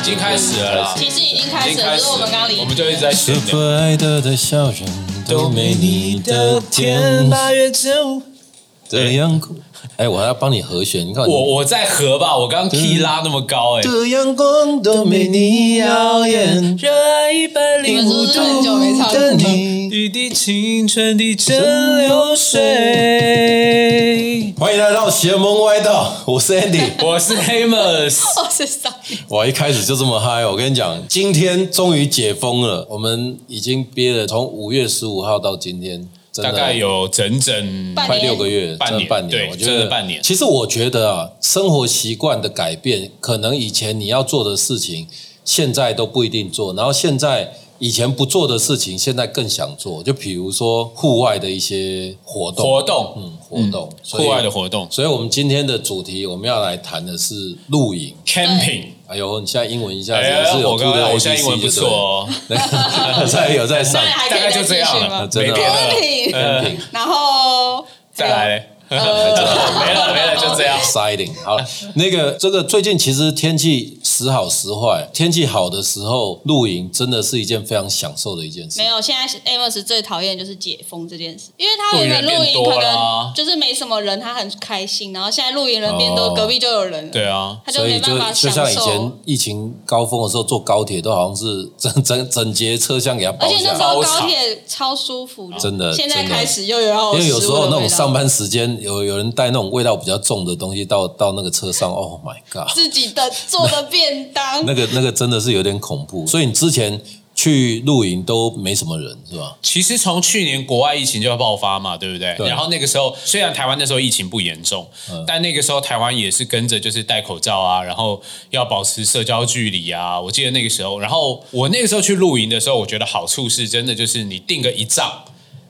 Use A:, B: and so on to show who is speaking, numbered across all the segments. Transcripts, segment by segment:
A: 已经开始了啦，
B: 提示已经
A: 已
B: 开始
A: 经
B: 了，
A: 开
B: 只
A: 始
B: 是
A: 了，
B: 我们刚
A: 我
B: 离
A: 们就一直在闲
C: 这
A: 聊。
C: 份爱的的笑容都没你的甜。
A: 越久。
C: 这样过，哎，我还要帮你和弦，你看
A: 我我在合吧，我刚 key 拉那么高哎、
C: 的阳光都没你耀眼，
A: 热爱一百
B: 你们是不是很久没唱歌了？
C: 你。
A: 一滴青春的蒸馏水。
C: 欢迎来到邪门歪道，我是 Andy。
A: 我是 Amos，
B: 我是傻逼，
C: 哇，一开始就这么嗨！我跟你讲，今天终于解封了，我们已经憋了从五月十五号到今天，真
A: 大
C: 的
A: 概有整整
B: 半
C: 快
B: 年
C: 六个月，
A: 半
C: 真的
A: 年
C: 半
A: 对
C: 年，我觉
A: 真的
C: 得
A: 半年
C: 其实我觉得啊，生活习惯的改变，可能以前你要做的事情，现在都不一定做，然后现在。以前不做的事情，现在更想做。就比如说户外的一些活动，
A: 活动，
C: 嗯，活动，所以
A: 户外的活动
C: 所以我们今天的主题，我们要来谈的是露营。
A: ，camping。
C: 哎呦，你现在英文
B: 啊
C: 一下子
A: 哎
C: 也
A: 呀
C: 是，有
A: 我
C: 突
A: 刚
C: 的
A: 刚我现在英文不错哦，
C: 哦，在有 在上
B: 那还
A: 大概
B: 可
A: 就
B: 以
A: 这
B: 再继
A: 样
B: 续
A: 了
B: 吗？，
C: 真
A: 没
C: 的
A: 别的了，
B: Camping
A: 呃
B: 然后
A: 再来嘞，
B: 呃，
A: 没了没了，就这样。
C: exciting。好了，那个这个最近其实天气时好时坏，天气好的时候露营真的是一件非常享受的一件事
B: 没。有，现在是 Amos 最讨厌就是解封这件事，因为他原本
A: 露营
B: 露
A: 人变
B: 营
A: 多
B: 可
A: 啦
B: 能就是没什么人，他很开心，然后现在露营人变
C: 哦
B: 多，隔壁就有人了，
A: 对啊，
B: 他就
C: 所
B: 没
C: 以就
B: 办法
C: 就
B: 享
C: 像以前
B: 受。
C: 疫情高峰的时候，坐高铁都好像是整整整节车厢给它
B: 而
C: 包
B: 且
C: 下
B: 那时
C: 来，
B: 候
A: 包场
B: 高铁超舒服的，
C: 真的
B: 现在
C: 真的
B: 开始又有要
C: 因为有时
B: 食物
C: 候
B: 的
C: 那
B: 味道
C: 种上班时间有有人带那种味道比较重的东西到到那个车上，Oh my god！
B: 自己的做的便当，
C: 那个那个真的是有点恐怖，所以你之前去露营都没什么人是吧？
A: 其实从去年国外疫情就要爆发嘛，对不对？
C: 对
A: 然后那个时候虽然台湾那时候疫情不严重，但那个时候台湾也是跟着就是戴口罩啊，然后要保持社交距离啊。我记得那个时候，然后我那个时候去露营的时候，我觉得好处是真的就是你订个一帐，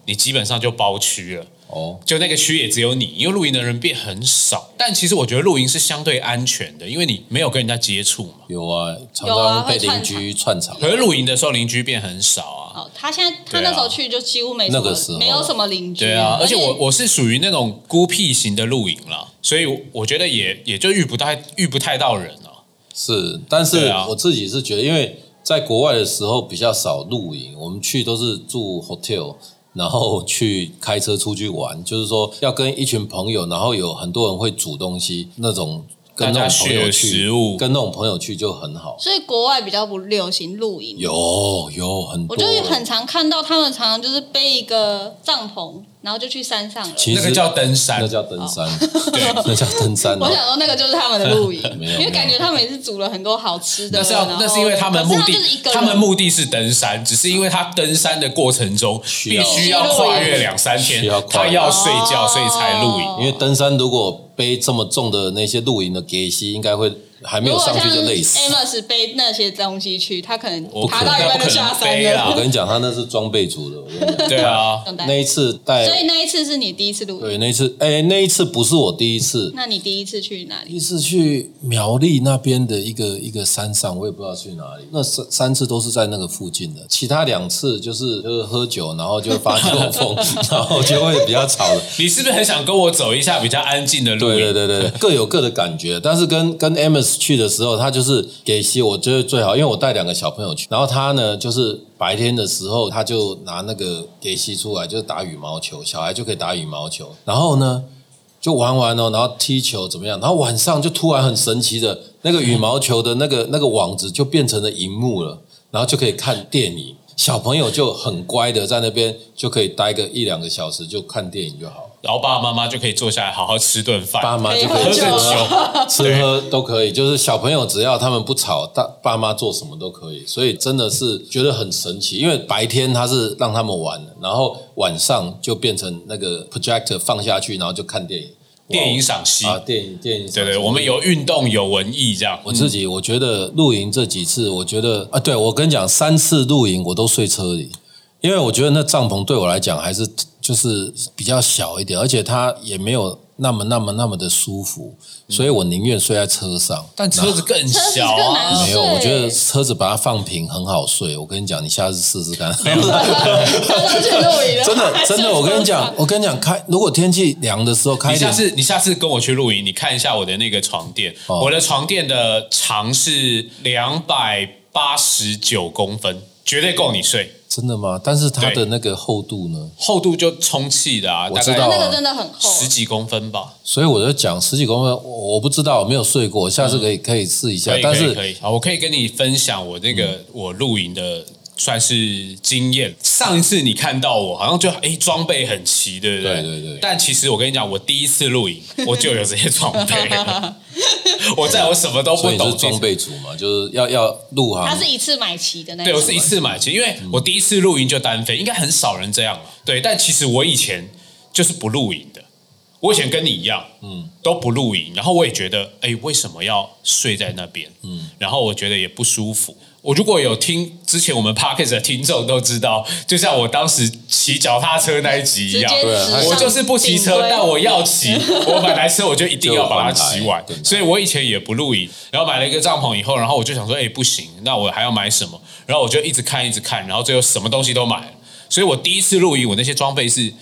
A: 你基本上就包区了。
C: 哦，
A: 就那个区也只有你，因为露营的人变很少。但其实我觉得露营是相对安全的，因为你没有跟人家接触嘛。
C: 有啊，常
B: 有啊
C: 常被
B: 会串
C: 邻居串场。
A: 可是露营的时候邻居变很少啊。
B: 哦，他现在
A: 对
B: 他
A: 啊
B: 那时候去就几乎没什
C: 那
B: 么，
C: 个时候
B: 没有什么邻居、
A: 对啊，而且我
B: 我
A: 我是属于那种孤僻型的露营啦，所以我我觉得也也就遇不太遇不太到人啊了。
C: 是，但
A: 对
C: 是
A: 啊
C: 我自己是觉得，因为在国外的时候比较少露营，我们去都是住 hotel，然后去开车出去玩，就是说要跟一群朋友，然后有很多人会煮东西那种。跟那
A: 大家
C: 种朋友
A: 学
C: 去，
A: 食物
C: 跟那种朋友去就很好。
B: 所以国外比较不流行露营，
C: 有有很
B: 我
C: 多，
B: 就很常看到他们常常就是背一个帐篷，然后就去山上了。
C: 其实
A: 那个叫登山
C: 那叫登山， 那叫登山哦。
B: 哦我想说那个就是他们的露营
C: 没有，
B: 因为感觉他们也是煮了很多好吃的。
A: 那是要
B: 啊然后哦
A: 那是因为他们目
B: 可
A: 的
B: 是就是一个人
A: 他们目的是登山，只是因为他登山的过程中
C: 需
A: 必
C: 要
A: 须要跨越两三天
C: 需要，跨
A: 他
C: 越
A: 要睡觉，
B: 哦
A: 所以才露营。
C: 因为登山如果背这么重的那些露营的给息，应该会还没
B: 如
C: 有
B: 果
C: 上
B: 像
C: 去就累死。
B: Amos 背那些东西去，他可能
A: 我
B: 爬到一半就下
A: 不可能
B: 山
A: 背啦
C: 我
B: 了。
C: 跟你讲，他那是装备组的。我跟你讲，
A: 对啊，
C: 那一次带
B: 所以那一次是你第一次露
C: 对
B: 营，
C: 那一次，哎，那一次不是我第一次，
B: 那你第一次去哪里？
C: 第一次去苗栗那边的一个一个山上，我也不知道去哪里。那三三次都是在那个附近的，其他两次就是就是喝酒，然后就发 酒疯，然后就会比较吵的。
A: 你是不是很想跟我走一下比较安静的路？
C: 对对对对，各有各的感觉。但是跟跟 Amos 去的时候，他就是给息，我觉得最好，因为我带两个小朋友去，然后他呢就是白天的时候，他就拿那个给息出来，就是打羽毛球，小孩就可以打羽毛球。然后呢就玩玩哦，然后踢球怎么样？然后晚上就突然很神奇的，那个羽毛球的那个那个网子就变成了荧幕了，然后就可以看电影。小朋友就很乖的在那边就可以待个一两个小时，就看电影就好了。
A: 然后爸爸妈妈就可以坐下来好好吃顿饭，
C: 爸妈就可
B: 可
C: 以
B: 以
C: 吃
B: 喝啊
C: 喝
A: 酒
C: 吃喝都可以，就是小朋友只要他们不吵，大爸妈做什么都可以，所以真的是觉得很神奇。因为白天他是让他们玩，然后晚上就变成那个 projector 放下去，然后就看电影，
A: 电影赏析。
C: 啊，电影电影赏析，
A: 对对，我们有运动，有文艺这样。
C: 我自己我觉得露营这几次，我觉得啊，对我跟你讲，三次露营我都睡车里，因为我觉得那帐篷对我来讲还是就是比较小一点，而且它也没有那么那么那么的舒服，所以我宁愿睡在车上。
A: 但车子更小
B: 车子更难
A: 啊
B: 睡。
C: 没有，我觉得车子把它放平很好睡。我跟你讲，你下次试试看。没有
B: 去露营了 啊
C: 真的真的，我跟你讲，，我跟你讲，开如果天气凉的时候开
A: 你
C: 一
A: 下
C: 点，
A: 次你下次跟我去露营，你看一下我的那个床垫，
C: 哦
A: 我的床垫的长是两百八十九公分，绝对够你睡。
C: 真的吗？但是它
A: 对
C: 的那个厚度呢？
A: 厚度就充气的啊，
C: 我
A: 大
C: 知
B: 它
C: 道
A: 概
B: 那个真的很厚，
A: 十几公分吧，
C: 所以我就讲十几公分，我我不知道，我没有睡过，下次可以可以试一下
A: 嗯可以。
C: 但
A: 可以可
C: 是嗯
A: 以。好，我可以跟你分享我那个我露营的。算是经验。上一次你看到我，好像就哎装备很齐，对不对？
C: 对对对
A: 但其实我跟你讲，我第一次露营我就有这些装备 了。我在我什么都不
C: 所以你
A: 懂
C: 是
A: 之前
C: 装备组嘛，就是要要入
B: 它
C: 行
B: 是。一次买齐的那
A: 对，
B: 种
A: 我是一次买齐，因为我第一次露营就单飞，应该很少人这样吧对，但其实我以前就是不露营的，我以前跟你一样，嗯，都不露营，然后我也觉得，哎，为什么要睡在那边？嗯，然后我觉得也不舒服。我如果有听之前我们 p o d c a s t 的听众都知道，就像我当时骑脚踏车那一集一样
B: 直，接
C: 对啊
B: 直上
A: 我就是不骑
B: 顶
A: 车，
B: 规
A: 但我要 骑。我本来车我就一定要把它骑完
C: 就换台，对
A: 所以我以前也不露营。然后买了一个帐篷以后，然后我就想说，哎，不行，那我还要买什么？然后我就一直看，一直看，然后最后什么东西都买了。所以我第一次露营，我那些装备是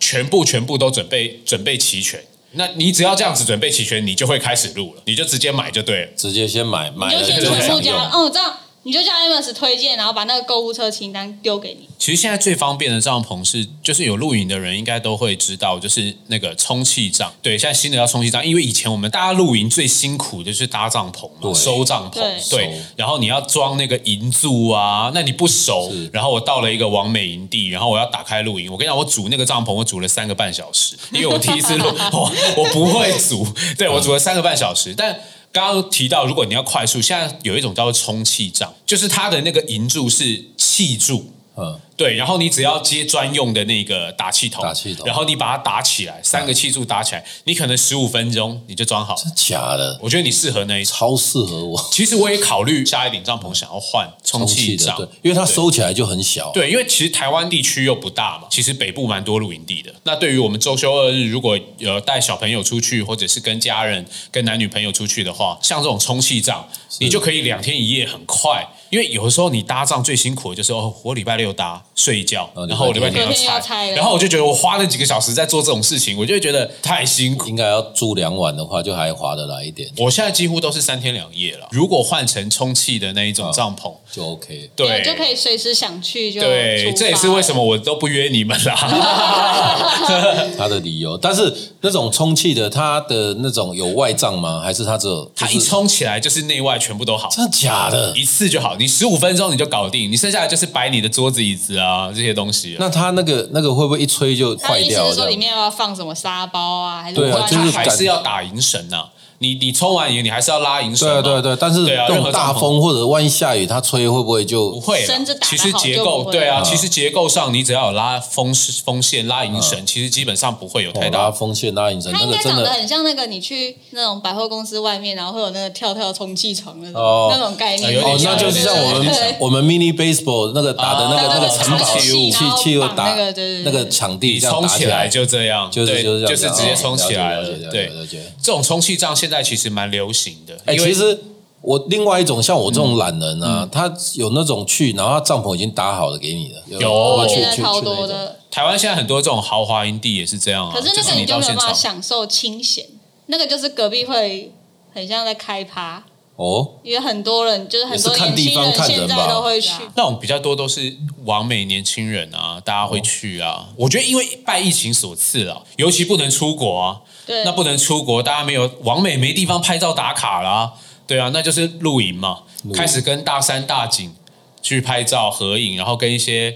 A: 全部全部都准备准备齐全。那你只要这样子准备齐全，你就会开始录了，你就直接买就对了。
C: 直接先买
B: 你
C: 买
B: 就
C: 了
B: 先
C: 就
B: 全部
C: 想
B: 加，
C: 用，
B: 哦，这样你就叫 Amos 推荐，然后把那个购物车清单丢给你。
A: 其实现在最方便的帐篷是，就是有露营的人应该都会知道，就是那个充气帐。对，现在新的要充气帐，因为以前我们大家露营最辛苦的就是搭帐篷嘛，
C: 对
A: 收帐篷，
B: 对
A: 对
C: 收。
A: 然后你要装那个银柱啊，那你不熟
C: 是。
A: 然后我到了一个完美营地，然后我要打开露营，我跟你讲，我煮那个帐篷，我煮了三个半小 时，因为我第一次露，我我不会煮，对我煮了三个半小时，但。刚刚提到，如果你要快速，现在有一种叫做充气帐，就是它的那个银柱是气柱，
C: 嗯，
A: 对，然后你只要接专用的那个打气筒，
C: 打气筒
A: 然后你把它打起来，三个气柱打起来，你可能十五分钟你就装好。
C: 真假的，
A: 我觉得你适合那一种。
C: 超适合我
A: 其实我也考虑下一顶帐篷想要换充
C: 充
A: 气
C: 气的
A: 帐，，
C: 对，因为它收起来就很小，
A: 对，因为其实台湾地区又不大嘛，其实北部蛮多露营地的。那对于我们周休二日，如果有带小朋友出去，或者是跟家人、跟男女朋友出去的话，像这种充气帐，你就可以两天一夜，很快。因为有的时候你搭帐最辛苦的就是哦，我礼拜六搭睡一觉，
C: 哦
A: 然后我礼
C: 礼
A: 拜
C: 拜
A: 天要
B: 天隔天要拆了
A: 然后我就觉得我花了几个小时在做这种事情，我就会觉得太辛苦。
C: 应该要住两晚的话，就还划得来一点，
A: 我现在几乎都是三天两夜了。如果换成充气的那一种
C: 哦
A: 帐篷，
C: 就 OK。
A: 对，
B: 嗯哎就可以随时想去就出
A: 对，
B: 发
A: 这也是为什么我都不约你们 啦。
C: 它的理由，但是那种充气的，它的那种有外帐吗？还是它只有？就
A: 它
C: 是
A: 一，冲起来就是内外全部都好，
C: 真的假的？
A: 一次就好，你十五分钟你就搞定，你剩下的就是摆你的桌子、椅子啊这些东西了。
C: 那它那个那个会不会一吹就
B: 他的
C: 坏
B: 意思
C: 掉？
B: 是
C: 这
B: 说
C: 样
B: 里面要放什么沙包啊，还是
C: 对啊
B: 花
C: 就
A: 它
C: 是
A: 还
C: 感
A: 是要打银绳呐、你你冲完以后你还是要拉银绳
C: 对
A: 嘛、
C: 啊，对啊对啊，但是
A: 对啊
C: 那
A: 任何
C: 种大
A: 帐篷
C: 风或者万一下雨，它吹会不会
A: 不
C: 就
A: 会啦
B: 绳子打
A: 其
B: 得
A: 实
B: 好
A: 结
B: 就不
A: 构
B: 会
A: 对啊，
C: 嗯
A: 其实结构上你只要有拉风风线、拉银绳，其实基本上不会有太
C: 啊哦
A: 大
C: 拉风线、拉引绳？
B: 它
C: 那
B: 应
C: 个
B: 该
C: 真
B: 长得
C: 的
B: 很像那个你去那种百货公司外面，然后会有那个跳跳充气床那种、
C: 哦
B: 那种概念，
A: 哎有点
C: 哦，那
A: 像
C: 就是像我们
B: 对
C: 我们 mini baseball 那个打的那个
A: 啊
C: 那个
A: 那
C: 城堡
A: 个
C: 气
B: 气
C: 气球
B: 然后
C: 打
B: 绑那个对对
C: 那
B: 对
C: 个场地
A: 你
C: 这样
A: 冲
C: 打
A: 起来
C: 来。
A: 就这样，
C: 就是
A: 对
C: 就是这样
A: 就是直接冲起来
C: 哦了解了解
A: 对
C: 了解，
A: 这种充气帐现在其实蛮流行的。
C: 哎，
A: 因为嗯
C: 其实我另外一种像我这种懒人啊，他有那种去，然后他帐篷已经搭好了给你了，有
A: 有
C: 哦我去
B: 现在
C: 去
B: 超
C: 去
B: 多
C: 那种
B: 的，
A: 台湾现在很多这种豪华营地也是这样啊，
B: 可是那
A: 就是
B: 个
A: 你
B: 你就
A: 到
B: 没有
A: 现
B: 办法
A: 场。
B: 享受清闲，那个就是隔壁会很像在开趴，
C: 哦，
B: 因为很多人就是很多
C: 也是看
B: 年
C: 地
B: 轻
C: 方
B: 人
C: 看
B: 现
C: 人吧
B: 在都会去，
A: 那种比较多都是完美年轻人啊，大家会去啊。我觉得因为拜疫情所赐了，尤其不能出国啊，
B: 对，
A: 那不能出国，大家没有完美没地方拍照打卡啦。对啊，那就是露营嘛，
C: 露营
A: 开始跟大山大景去拍照合影，然后跟一些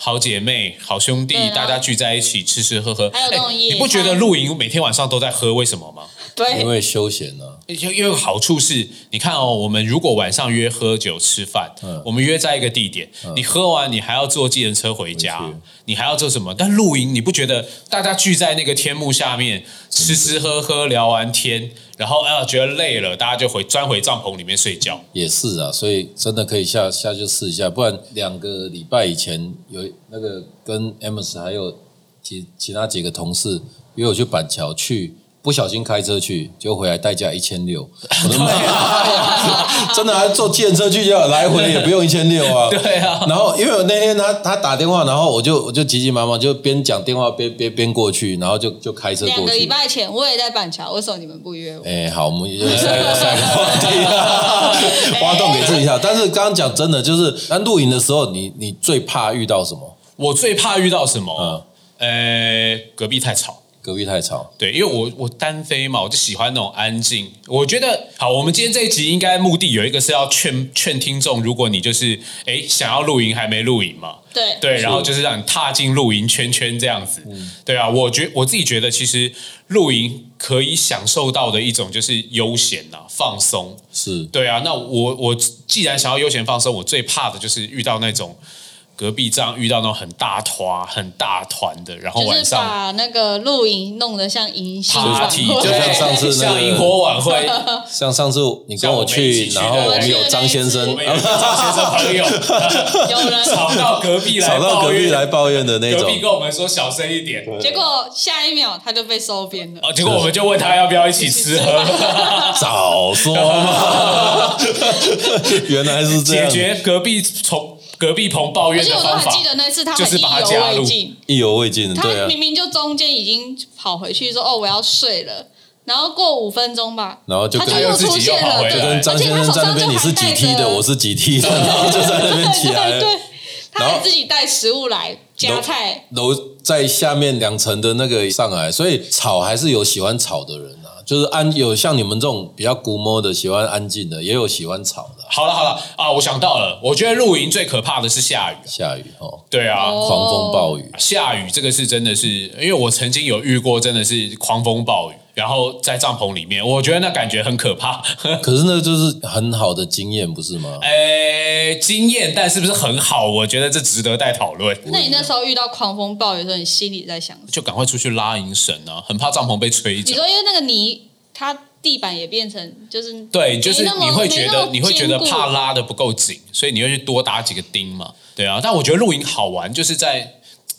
A: 好姐妹、好兄弟，
B: 对啊
A: 大家聚在一起吃吃喝喝。
B: 还有那种
A: 哎
B: 野
A: 你不觉得
B: 餐
A: 露营每天晚上都在喝，为什么吗？
B: 对
C: 因，为休闲啊呢、
A: 因为因为好处是，你看哦，我们如果晚上约喝酒吃饭，
C: 嗯
A: 我们约在一个地点，你喝完你还要坐计程车回家，
C: 回去
A: 你还要做什么？但露营你不觉得大家聚在那个天幕下面吃吃喝喝聊完天，然后啊觉得累了，大家就回钻回帐篷里面睡觉。
C: 也是啊，所以真的可以下下去试一下，不然两个礼拜以前有那个跟 Amos 还有其其他几个同事约我去板桥去。不小心开车去，就回来代驾一 千六，我的妈
A: 啊
C: 呀！ 真的还坐电车去就好来回也不用一千六 啊。
A: 对啊
C: 然后因为我那天他他打电话，然后我就我就急急忙忙就边讲电话边边边过去，然后就就开车
B: 两
C: 过
B: 个礼
C: 去。
B: 拜前我也在板桥，为什么你们不约我？
C: 哎、好，我们就下一个下一个话题啊， 挖洞给自己跳。但是刚刚讲真的，就是那露营的时候，你你最怕遇到什么？
A: 我最怕遇到什
C: 嗯
A: 么？呃，隔壁太吵。
C: 隔壁太吵。
A: 对，因为我我单飞嘛，我就喜欢那种安静。我觉得好，我们今天这一集应该目的有一个是要劝劝听众，如果你就是哎想要露营还没露营嘛，
B: 对
A: 对，然后就是让你踏进露营圈圈这样子，
B: 嗯
A: 对啊，我觉我自己觉得其实露营可以享受到的一种就是悠闲呐、放松，
C: 是
A: 对啊，那我我既然想要悠闲放松，我最怕的就是遇到那种隔壁这样遇到那种很大团、很大团的，然后
B: 就
A: 晚
B: 是
A: 上
B: 把那个露营弄得像迎新晚
A: party，
C: 就
B: 会。
C: 像上次那个
A: 像萤火晚 会，
C: 像上次你跟我去，
A: 像
C: 然
A: 我
C: 后
A: 们一起去的
C: 我们有张先
A: 我
C: 生
A: 们，有一个先生朋友
B: 有 人
A: 吵到隔壁来
C: 吵到
A: 抱
C: 隔壁
A: 怨，
C: 来抱怨的那
A: 隔
C: 种
A: 壁，跟我们说小声一点，
B: 结果下一秒他就被收编了。
A: 哦，结果我们就问他要不要一起 吃喝，
C: 早说嘛， 原来是这
A: 解
C: 样，
A: 决隔壁从隔壁棚抱
B: 而
A: 怨
B: 且
A: 的
B: 我都
A: 方
B: 还
A: 法。
B: 记得那次他
A: 就
B: 还
A: 是
B: 意
A: 把他加
B: 犹
A: 入
B: 未尽，
C: 意犹未尽，对
B: 他
C: 啊
B: 明。明就中间已经跑回去说：“哦，我要睡了。”然后过五分钟吧，
C: 然后就
B: 他
C: 跟哦
B: 就又出现了，
A: 就
B: 对，
A: 跟
C: 跟张
B: 而且
C: 先
B: 他
C: 生
B: 手
C: 在那
B: 上就
C: 边，你是
B: 还
C: 几
B: 带
C: T
B: 着，
C: 的，我是几 T 的，然后就在那边起来
B: 对对对
C: 了。，
B: 他
C: 然后
B: 还自己带食物来加菜，
C: 楼在下面两层的那个上来，所以吵还是有喜欢吵的人啊，就是安有像你们这种比较古摸的，喜欢安静的，也有喜欢吵的啊。
A: 好了好了啊，我想到了，我觉得露营最可怕的是下雨。
C: 下雨哦，
A: 对啊，
B: 哦
C: 狂风暴雨，
A: 下雨这个是真的是，因为我曾经有遇过，真的是狂风暴雨，然后在帐篷里面，我觉得那感觉很可怕。
C: 可是那就是很好的经验，不是吗？
A: 呃，经验，但是不是很好？我觉得这值得再讨论。
B: 那你那时候遇到狂风暴雨的时候，你心里在想什么？
A: 就赶快出去拉引绳啊，很怕帐篷被吹
B: 你
A: 走。
B: 说因为那个泥，它地板也变成就是
A: 对，就是
B: 没那么
A: 你会觉
B: 没那
A: 得
B: 么
A: 你会觉得
B: 坚固
A: 怕拉的不够紧，所以你会去多打几个钉嘛。对啊，但我觉得露营好玩，就是在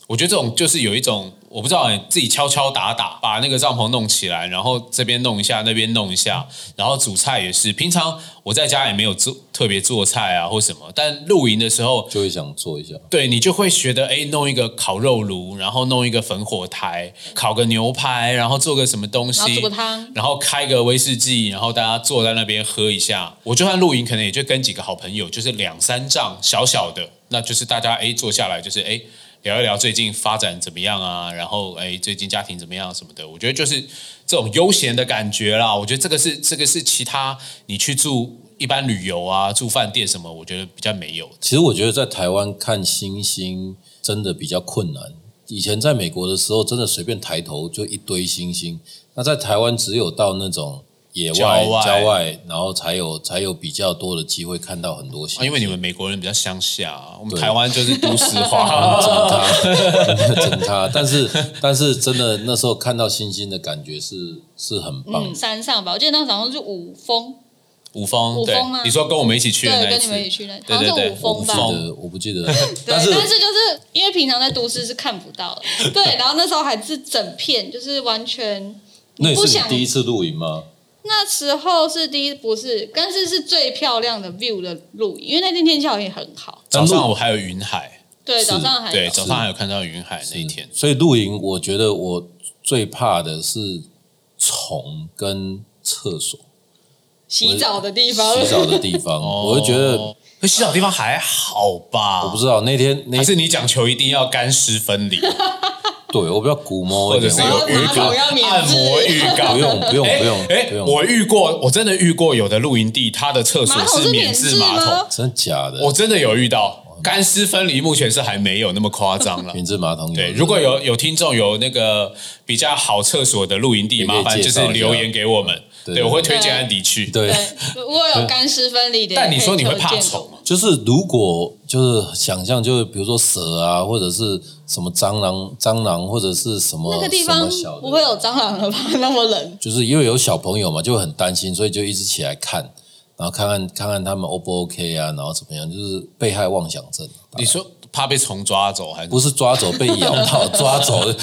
A: 我觉得这种就是有一种我不知道欸自己敲敲打打把那个帐篷弄起来，然后这边弄一下，那边弄一下，然后煮菜也是。平常我在家也没有做特别做菜啊或什么，但露营的时候，
C: 就会想做一下。
A: 对你就会学得哎，弄一个烤肉炉，然后弄一个焚火台，烤个牛排，然后做个什么东西，
B: 然后煮个汤
A: 然后开个威士忌，然后大家坐在那边喝一下。我就算露营，可能也就跟几个好朋友，就是两三帐小小的，那就是大家哎坐下来，就是哎聊一聊最近发展怎么样啊，然后哎最近家庭怎么样什么的。我觉得就是这种悠闲的感觉啦。我觉得这个是这个是其他你去住一般旅游啊、住饭店什么，我觉得比较没有的。
C: 其实我觉得在台湾看星星真的比较困难。以前在美国的时候，真的随便抬头就一堆星星。那在台湾只有到那种野外、
A: 郊外
C: 郊外然后才有才有比较多的机会看到很多星
A: 啊，
C: 星。
A: 因为你们美国人比较乡下啊、我们
C: 对
A: 台湾就是都市
C: 整
A: 化。
C: 他，整他，但是 但是真的那时候看到星星的感觉是是很
A: 嗯
C: 棒的。
B: 嗯山上吧，我记得那时候好像是五峰，
A: 五峰，
B: 五
A: 对
B: 峰吗，啊
A: 你说跟我们一起去的
B: 对，
A: 那一
B: 跟你
A: 次，
B: 们一起去那，
A: 对
B: 好
A: 对
B: 像
A: 对
B: 是五峰吧
A: 五。峰
C: 记得我不记得，
B: 对，但
C: 是
B: 就是因为平常在都市是看不到 的，对。然后那时候还是整片，就是完全
C: 那也
B: 不
C: 是你
B: 想
C: 第一次露营吗？
B: 那时候是第一不是，但是是最漂亮的 view 的露营，因为那天天气好像也很好。
A: 早上我还有云海，
B: 对，
C: 是
B: 早上还
A: 对，
B: 有
A: 早上还有看到云海那一天。
C: 所以露营，我觉得我最怕的是虫跟厕所、
B: 洗澡的地方，
C: 洗澡的地 方，我就觉得
A: 哦，可洗澡地方还好吧？
C: 我不知道那天那
A: 还是你讲求一定要干湿分离，
C: 对我比较古摸
A: 或
C: 一
A: 者
C: 点，
A: 是
B: 然后
A: 有
C: 我
A: 浴
B: 马
A: 缸、
B: 桶要免
A: 按
B: 治
A: 摩浴缸？
C: 不用不用
A: 哎
C: 不用
A: 哎
C: 不，用，
A: 我遇过，我真的遇过有的露营地，它的厕所
B: 马桶是
A: 免
B: 免
A: 治
B: 治
A: 马桶，
B: 吗？
C: 真的假的？
A: 我真的有遇到干湿分离，目前是还没有那么夸张了。
C: 免治马桶
A: 对，如果
C: 嗯
A: 有有听众有那个比较好厕所的露营地，
C: 也可
A: 麻
C: 以
A: 烦就
C: 介绍
A: 是
C: 一下
A: 留言给我们，
C: 对
A: 对，我会推
B: 对
A: 荐安迪去。
C: 对。
B: 对，如果有干湿分离的，
A: 但你说你会怕
B: 可以推荐
A: 虫吗？
C: 就是如果就是想象，就是比如说蛇啊，或者是什么蟑螂、蟑螂或者是什么
B: 那个
A: 哦
B: 地
C: 什
B: 方
C: 么小的
B: 不会有蟑螂了吧？ 那么冷，
C: 就是因为有小朋友嘛，就很担心，所以就一直起来看，然后看看看看他们 O 不 OK 啊，然后怎么样，就是被害妄想症。
A: 你说怕被虫抓走还是？
C: 不是抓走被咬到，抓走 的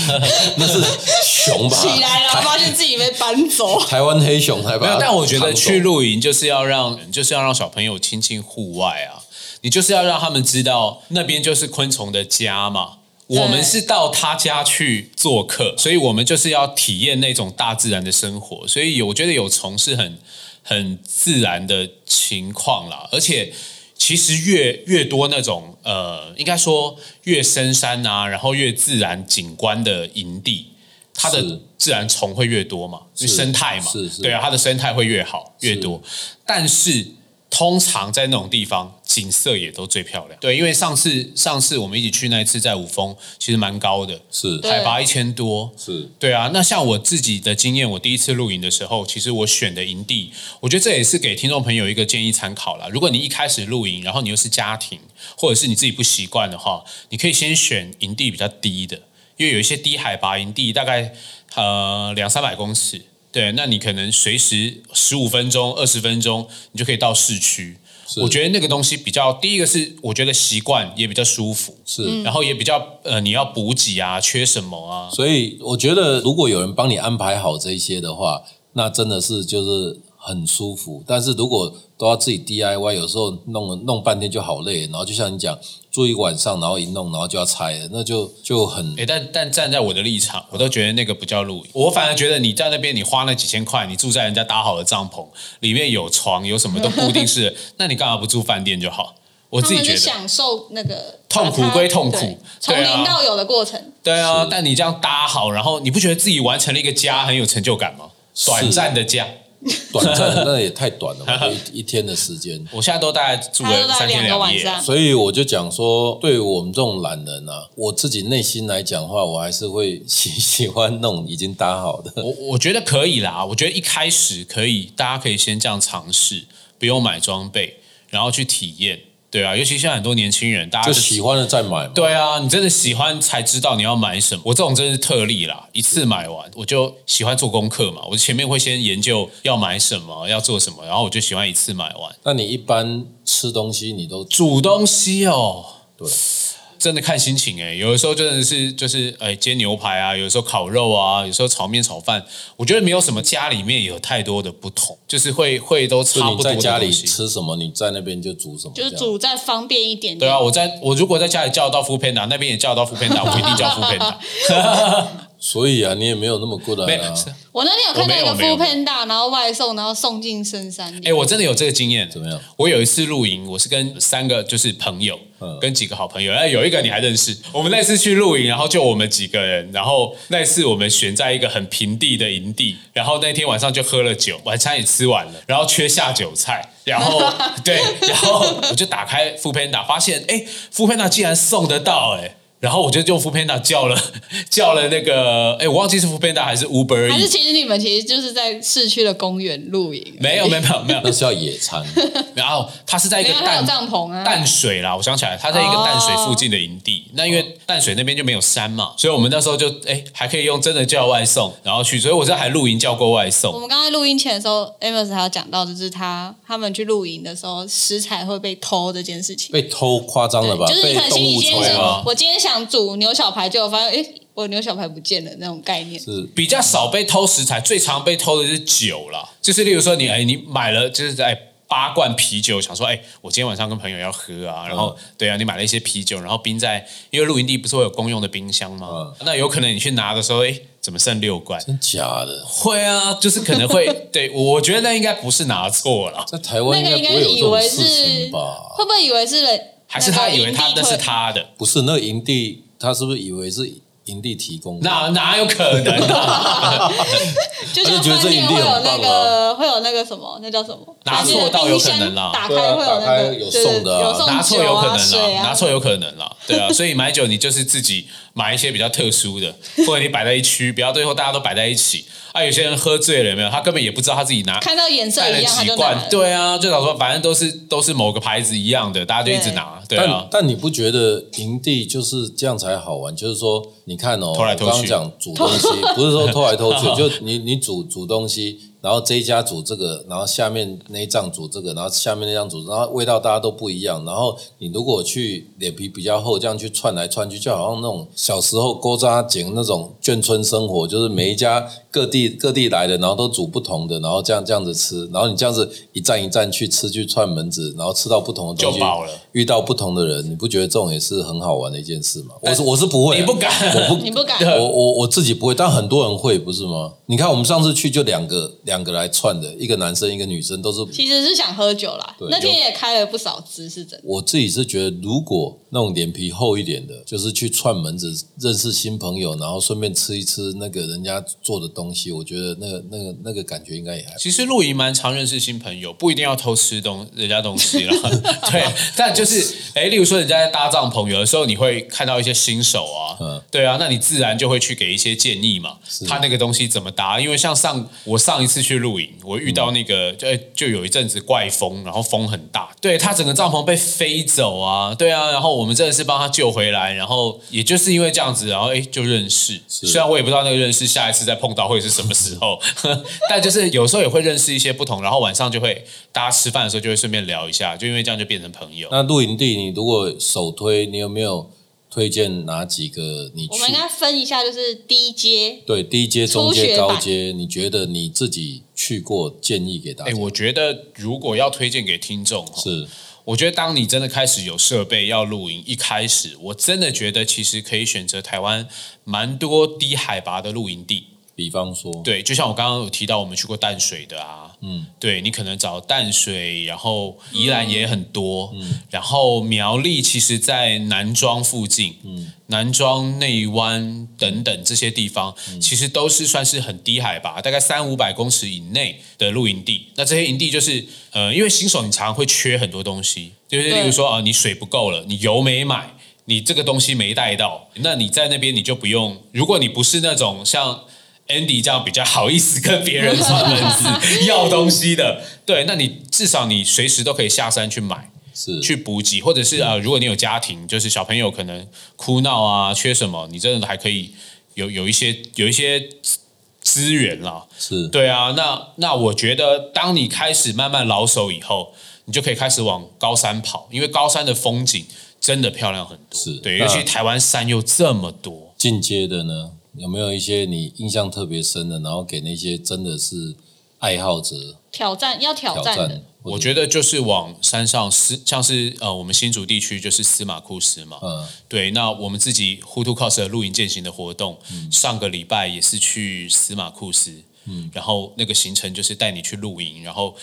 C: 那是熊
A: 啊
C: 吧？
B: 起来 了，
C: 台
B: 发现自己被搬走。
C: 台湾黑熊才
A: 没
C: 把它
A: 有，但我觉
C: 扛
A: 得
C: 走
A: 去露营就是要让，就是要让小朋友亲近户外啊，你就是要让他们知道那边就是昆虫的家嘛。
B: 对
A: 我们是到他家去做客，所以我们就是要体验那种大自然的生活。所以有我觉得有虫是很很自然的情况啦，而且。其实越越多那种呃，应该说越深山啊，然后越自然景观的营地，它的
C: 是
A: 自然虫会越多嘛，因为
C: 是
A: 生态嘛，
C: 是是
A: 对啊，它的生态会越好越多。但是通常在那种地方，景色也都最漂亮。对，因为上次上次我们一起去那一次在五峰，其实蛮高的，
C: 是
B: 对
A: 海拔一千多。
C: 是
A: 对啊，那像我自己的经验，我第一次露营的时候，其实我选的营地，我觉得这也是给听众朋友一个建议参考啦。如果你一开始露营，然后你又是家庭，或者是你自己不习惯的话，你可以先选营地比较低的，因为有一些低海拔营地，大概呃两三百公尺，对，那你可能随时十五分钟、二十分钟，你就可以到市区。我觉得那个东西比较，第一个是我觉得习惯也比较舒服，
C: 是。
A: 然后也比较呃你要补给啊，缺什么啊，
C: 所以我觉得，如果有人帮你安排好这一些的话，那真的是就是很舒服。但是如果都要自己 DIY，有时候弄了弄半天就好累。然后就像你讲，住一晚上，然后一弄，然后就要拆了，那就就很
A: 诶，但但站在我的立场，我都觉得那个不叫露营。我反而觉得你在那边，你花那几千块，你住在人家搭好的帐篷，里面有床，有什么都固定式的， 那你干嘛不住饭店就好？我
B: 他
A: 自己
B: 们
A: 觉
B: 哦就
A: 得，
B: 享受那个
A: 痛苦
B: 把它
A: 归痛苦
B: 对
A: 对
B: 从
A: 啊
B: 零到有的过程。
A: 对啊
C: 是。
A: 但你这样搭好，然后你不觉得自己完成了一个家很有成就感吗？短暂的家，
C: 短暂，那也太短了吧，就一一天的时间。
A: 我现在都大概住
B: 他
A: 了
B: 都在
A: 三天
B: 两个
A: 两
B: 晚
A: 夜。
B: 上，
C: 所以我就讲说，对于我们这种懒人啊，我自己内心来讲的话，我还是会喜 喜欢弄已经搭好的。
A: 我我觉得可以啦，我觉得一开始可以，大家可以先这样尝试，不用买装备，然后去体验。对啊，尤其现在很多年轻人，大家
C: 就
A: 就
C: 喜欢了再买嘛。
A: 对啊，你真的喜欢才知道你要买什么。我这种真是特例啦，一次买完我就喜欢做功课嘛。我前面会先研究要买什么，要做什么，然后我就喜欢一次买完。
C: 那你一般吃东西，你都
A: 煮东西哦，
C: 对，
A: 真的看心情哎、有的时候真的是就是哎煎牛排啊，有的时候烤肉啊，有时候炒面炒饭，我觉得没有什么家里面有太多的不同，就是会会都
C: 就
A: 差
C: 你
A: 不多
C: 在
A: 的
C: 家里
A: 东西。
C: 吃什么，你在那边就煮什么，
B: 就是
C: 这样
B: 煮再方便一点点。
A: 对啊，我在我如果在家里叫得到 f o o Panda，那边也叫得到 f o o Panda，我一定叫 f o o Panda。
C: 所以啊，你也没有那么过 来
A: 没
C: 啊
A: 有，。是
B: 我那天有看到一
A: 我
B: 个
A: 没有
B: Food
A: 没有
B: Panda，然后外送，然后送进深山里。
A: 哎、我真的有这个经验。
C: 怎么样？
A: 我有一次露营，我是跟三个就是朋友，
C: 嗯
A: 跟几个好朋友，哎，有一个你还认识。我们那次去露营，然后就我们几个人，然后那次我们选在一个很平地的营地，然后那天晚上就喝了酒，晚餐也吃完了，然后缺下酒菜。然后对，然后我就打开 f o o Panda，发现哎 f o o Panda 竟然送得到哎、然后我就用 f o o Panda 叫了叫了那个哎，我忘记是 f o o Panda 还是 Uber
B: 还是
A: E，
B: 其实你们其实就是在市区的公园露营，
A: 没有没有没有没有
C: 那，是要野餐，
A: 然后它是在一
B: 没
A: 个
B: 有还
A: 淡
B: 有帐篷啊。
A: 淡水啦，我想起来，它在一个淡水附近的营地。那因为淡水那边就没有山嘛，所以我们那时候就哎还可以用真的叫外送，然后去。所以我这还露营叫过外
B: 我
A: 送。
B: 们刚才录音前的时候，Amos 还有讲到，就是他他们去露营的时候，食材会被偷这件事情。
C: 被偷夸张了吧？
B: 就是你
C: 被
B: 可能心
C: 动
B: 里
C: 物
B: 今
C: 偷
B: 天
A: 对啊
B: 想，我今天想煮牛小排，结果发现，诶，我牛小排不见了那种概念。
C: 是
A: 比较少被偷食材，最常被偷的是酒啦，就是例如说你哎你买了就是在。八罐啤酒，想说，哎、我今天晚上跟朋友要喝啊，然后、对啊，你买了一些啤酒，然后冰在，因为露营地不是会有公用的冰箱吗？那有可能你去拿的时候，哎、怎么剩六罐？
C: 真假的，
A: 会啊，就是可能会，对我觉得那应该不是拿错了，
C: 在台湾
B: 那个
C: 应该不会有这
B: 以为
C: 种
B: 是
C: 事情吧？
B: 会不会以为是人？
A: 还是他以为他
B: 那
A: 那
B: 个营地
A: 是
B: 推
A: 他的？
C: 不是那个营地，他是不是以为是营地提供的？
A: 哪哪有可能 啊？
B: 就
C: 他
B: 像
C: 就觉得
B: 饭
C: 这
B: 店
C: 营地
B: 会有
C: 很
B: 那
C: 棒啊
B: 个会有那个什么，那叫什么？
A: 拿错
B: 就是
A: 倒有可能啦
B: 冰箱打
C: 对
B: 开
C: 啊
B: 会有
C: 打开
B: 那个
C: 有
B: 就是
C: 送的啊
B: 有送
A: 拿错
B: 酒
A: 有可
B: 啊、
A: 能
B: 水
A: 啦，拿
B: 啊。
A: 错有可能啦，对 啊，所以买酒你就是自己买一些比较特殊的，或者你摆在一区，不要最后大家都摆在一起。啊，有些人喝醉了有没有？他根本也不知道他自己拿
B: 看到颜色
A: 带
B: 一
A: 了
B: 样，他
A: 几
B: 就拿
A: 罐
B: 了，。
A: 对啊，就想说反正都是都是某个牌子一样的，大家就一直拿，对啊
C: 但，但你不觉得营地就是这样才好玩？就是说，你看哦，
A: 偷来偷去
C: 我刚刚讲煮东西，不是说偷来偷去，就你你煮煮东西，然后这一家煮这个，然后下面那一仗煮这个，然后下面那样煮，然后味道大家都不一样。然后你如果去脸皮比较厚，这样去串来串去，就好像那种小时候勾扎井那种眷村生活，就是每一家 各地各地来的，然后都煮不同的，然后这样这样子吃，然后你这样子一站一站去吃去串门子，然后吃到不同的东西，
A: 就饱了
C: 遇到不同的人，你不觉得这种也是很好玩的一件事吗？我是我是不会啊，
A: 哎你不敢
C: 我不
B: 你不敢
C: 我我我自己不会，但很多人会，不是吗？你看我们上次去就两个两个来串的，一个男生一个女生，都是
B: 其实是想喝酒啦
C: 对。
B: 那天也开了不少支，是真的。
C: 我自己是觉得，如果那种脸皮厚一点的，就是去串门子认识新朋友，然后顺便吃一吃那个人家做的东西，我觉得那个那个那个感觉应该也还。
A: 其实露营蛮常认识新朋友，不一定要偷吃东 人家东西了。对，但就是哎，例如说人家在搭帐篷，有的时候你会看到一些新手啊，
C: 嗯
A: 对啊，那你自然就会去给一些建议嘛。他那个东西怎么搭？因为像上我上一次去露营，我遇到那个、就哎就有一阵子怪风，然后风很大，对他整个帐篷被飞走啊，对啊，然后我们真的是帮他救回来，然后也就是因为这样子，然后哎就认识，虽然我也不知道那个认识下一次再碰到会是什么时候， 但就是有时候也会认识一些不同，然后晚上就会大家吃饭的时候就会顺便聊一下，就因为这样就变成朋友。
C: 那露营地，你如果首推，你有没有推荐哪几个你
B: 我
C: 去
B: 们应？该分一下，就是低阶，
C: 对，低阶、中
B: 初
C: 阶、
B: 学版
C: 高阶，你觉得你自己去过，建议给大
A: 哎，
C: 家
A: 我觉得如果要推荐给听众，哦
C: 是
A: 我觉得当你真的开始有设备要露营，一开始我真的觉得其实可以选择台湾蛮多低海拔的露营地。
C: 比方说，
A: 对，就像我刚刚有提到，我们去过淡水的啊，嗯，对你可能找淡水，然后宜兰也很多，嗯，然后苗栗其实，在南庄附近，嗯，南庄内湾等等这些地方，其实都是算是很低海拔，大概三五百公尺以内的露营地。那这些营地就是，呃，因为新手你常常会缺很多东西，就是例如
B: 对
A: 说啊，你水不够了，你油没买，你这个东西没带到，那你在那边你就不用。如果你不是那种像 Andy 这样比较好意思跟别人串门子要东西的，对，那你至少你随时都可以下山去买。
C: 是
A: 去补给，或者是
C: 嗯
A: 呃，如果你有家庭，就是小朋友可能哭闹啊，缺什么，你真的还可以有有一些有一些资资源啦。
C: 是
A: 对啊，那那我觉得，当你开始慢慢老手以后，你就可以开始往高山跑，因为高山的风景真的漂亮很多。
C: 是
A: 对，
C: 那
A: 尤其台湾山又这么多。
C: 进阶的呢，有没有一些你印象特别深的，然后给那些真的是爱好者
B: 挑战要挑
C: 挑
B: 战
C: 战
B: 的
C: 的？
A: 我觉得就是往山上司，像是呃，我们新竹地区就是司马库斯嘛，
C: 嗯，
A: 对，那我们自己 Who to Cos 的露营践行的活动，上个礼拜也是去司马库斯，嗯，然后那个行程就是带你去露营，然后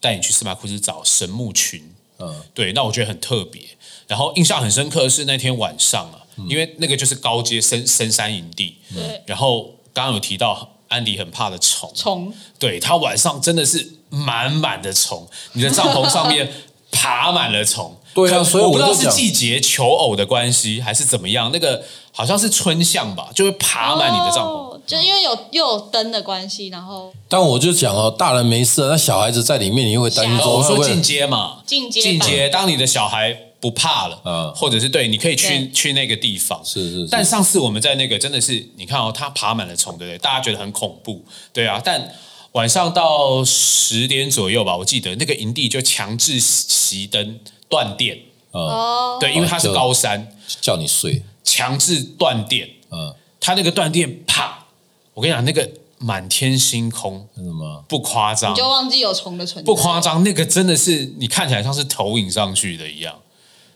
A: 带你去司马库斯找神木群，
C: 嗯，
A: 对，那我觉得很特别。然后印象很深刻的是那天晚上啊，因为那个就是高阶深深山营地，
B: 对，
A: 然后刚刚有提到安迪很怕的虫，
B: 虫
A: 对他晚上真的是满满的虫，你的帐篷上面 爬满了虫。
C: 对啊
A: 可
C: 所以我
A: 我不知道
C: 就是讲
A: 季节求偶的关系还是怎么样，那个好像是春象吧，就会爬满你的帐篷。
B: 哦，就是因为有又有灯的关系，然后
C: 但我就讲哦，大人没事，那小孩子在里面，你会担心
A: 哦
B: 吓
C: 说
A: 我
C: 会不
A: 说
C: 会
A: 进阶嘛，
B: 进阶
A: 进
B: 版
A: 阶，当你的小孩不怕了，
C: 嗯
A: 或者是对，你可以去
B: 对
A: 去那个地方。
C: 是是是
A: 但上次我们在那个真的是，你看哦，它爬满了虫，对不对？大家觉得很恐怖，对啊。但晚上到十点左右吧，我记得那个营地就强制熄灯断电，
C: 嗯，
B: 哦，
A: 对，因为它是
C: 就
A: 高山，
C: 叫你睡，
A: 强制断电。
C: 嗯，
A: 它那个断电，啪！我跟你讲，那个满天星空，
C: 真的吗？
A: 不夸张
B: 你，就忘记有虫的存在，
A: 不夸张，那个真的是你看起来像是投影上去的一样。
B: 啊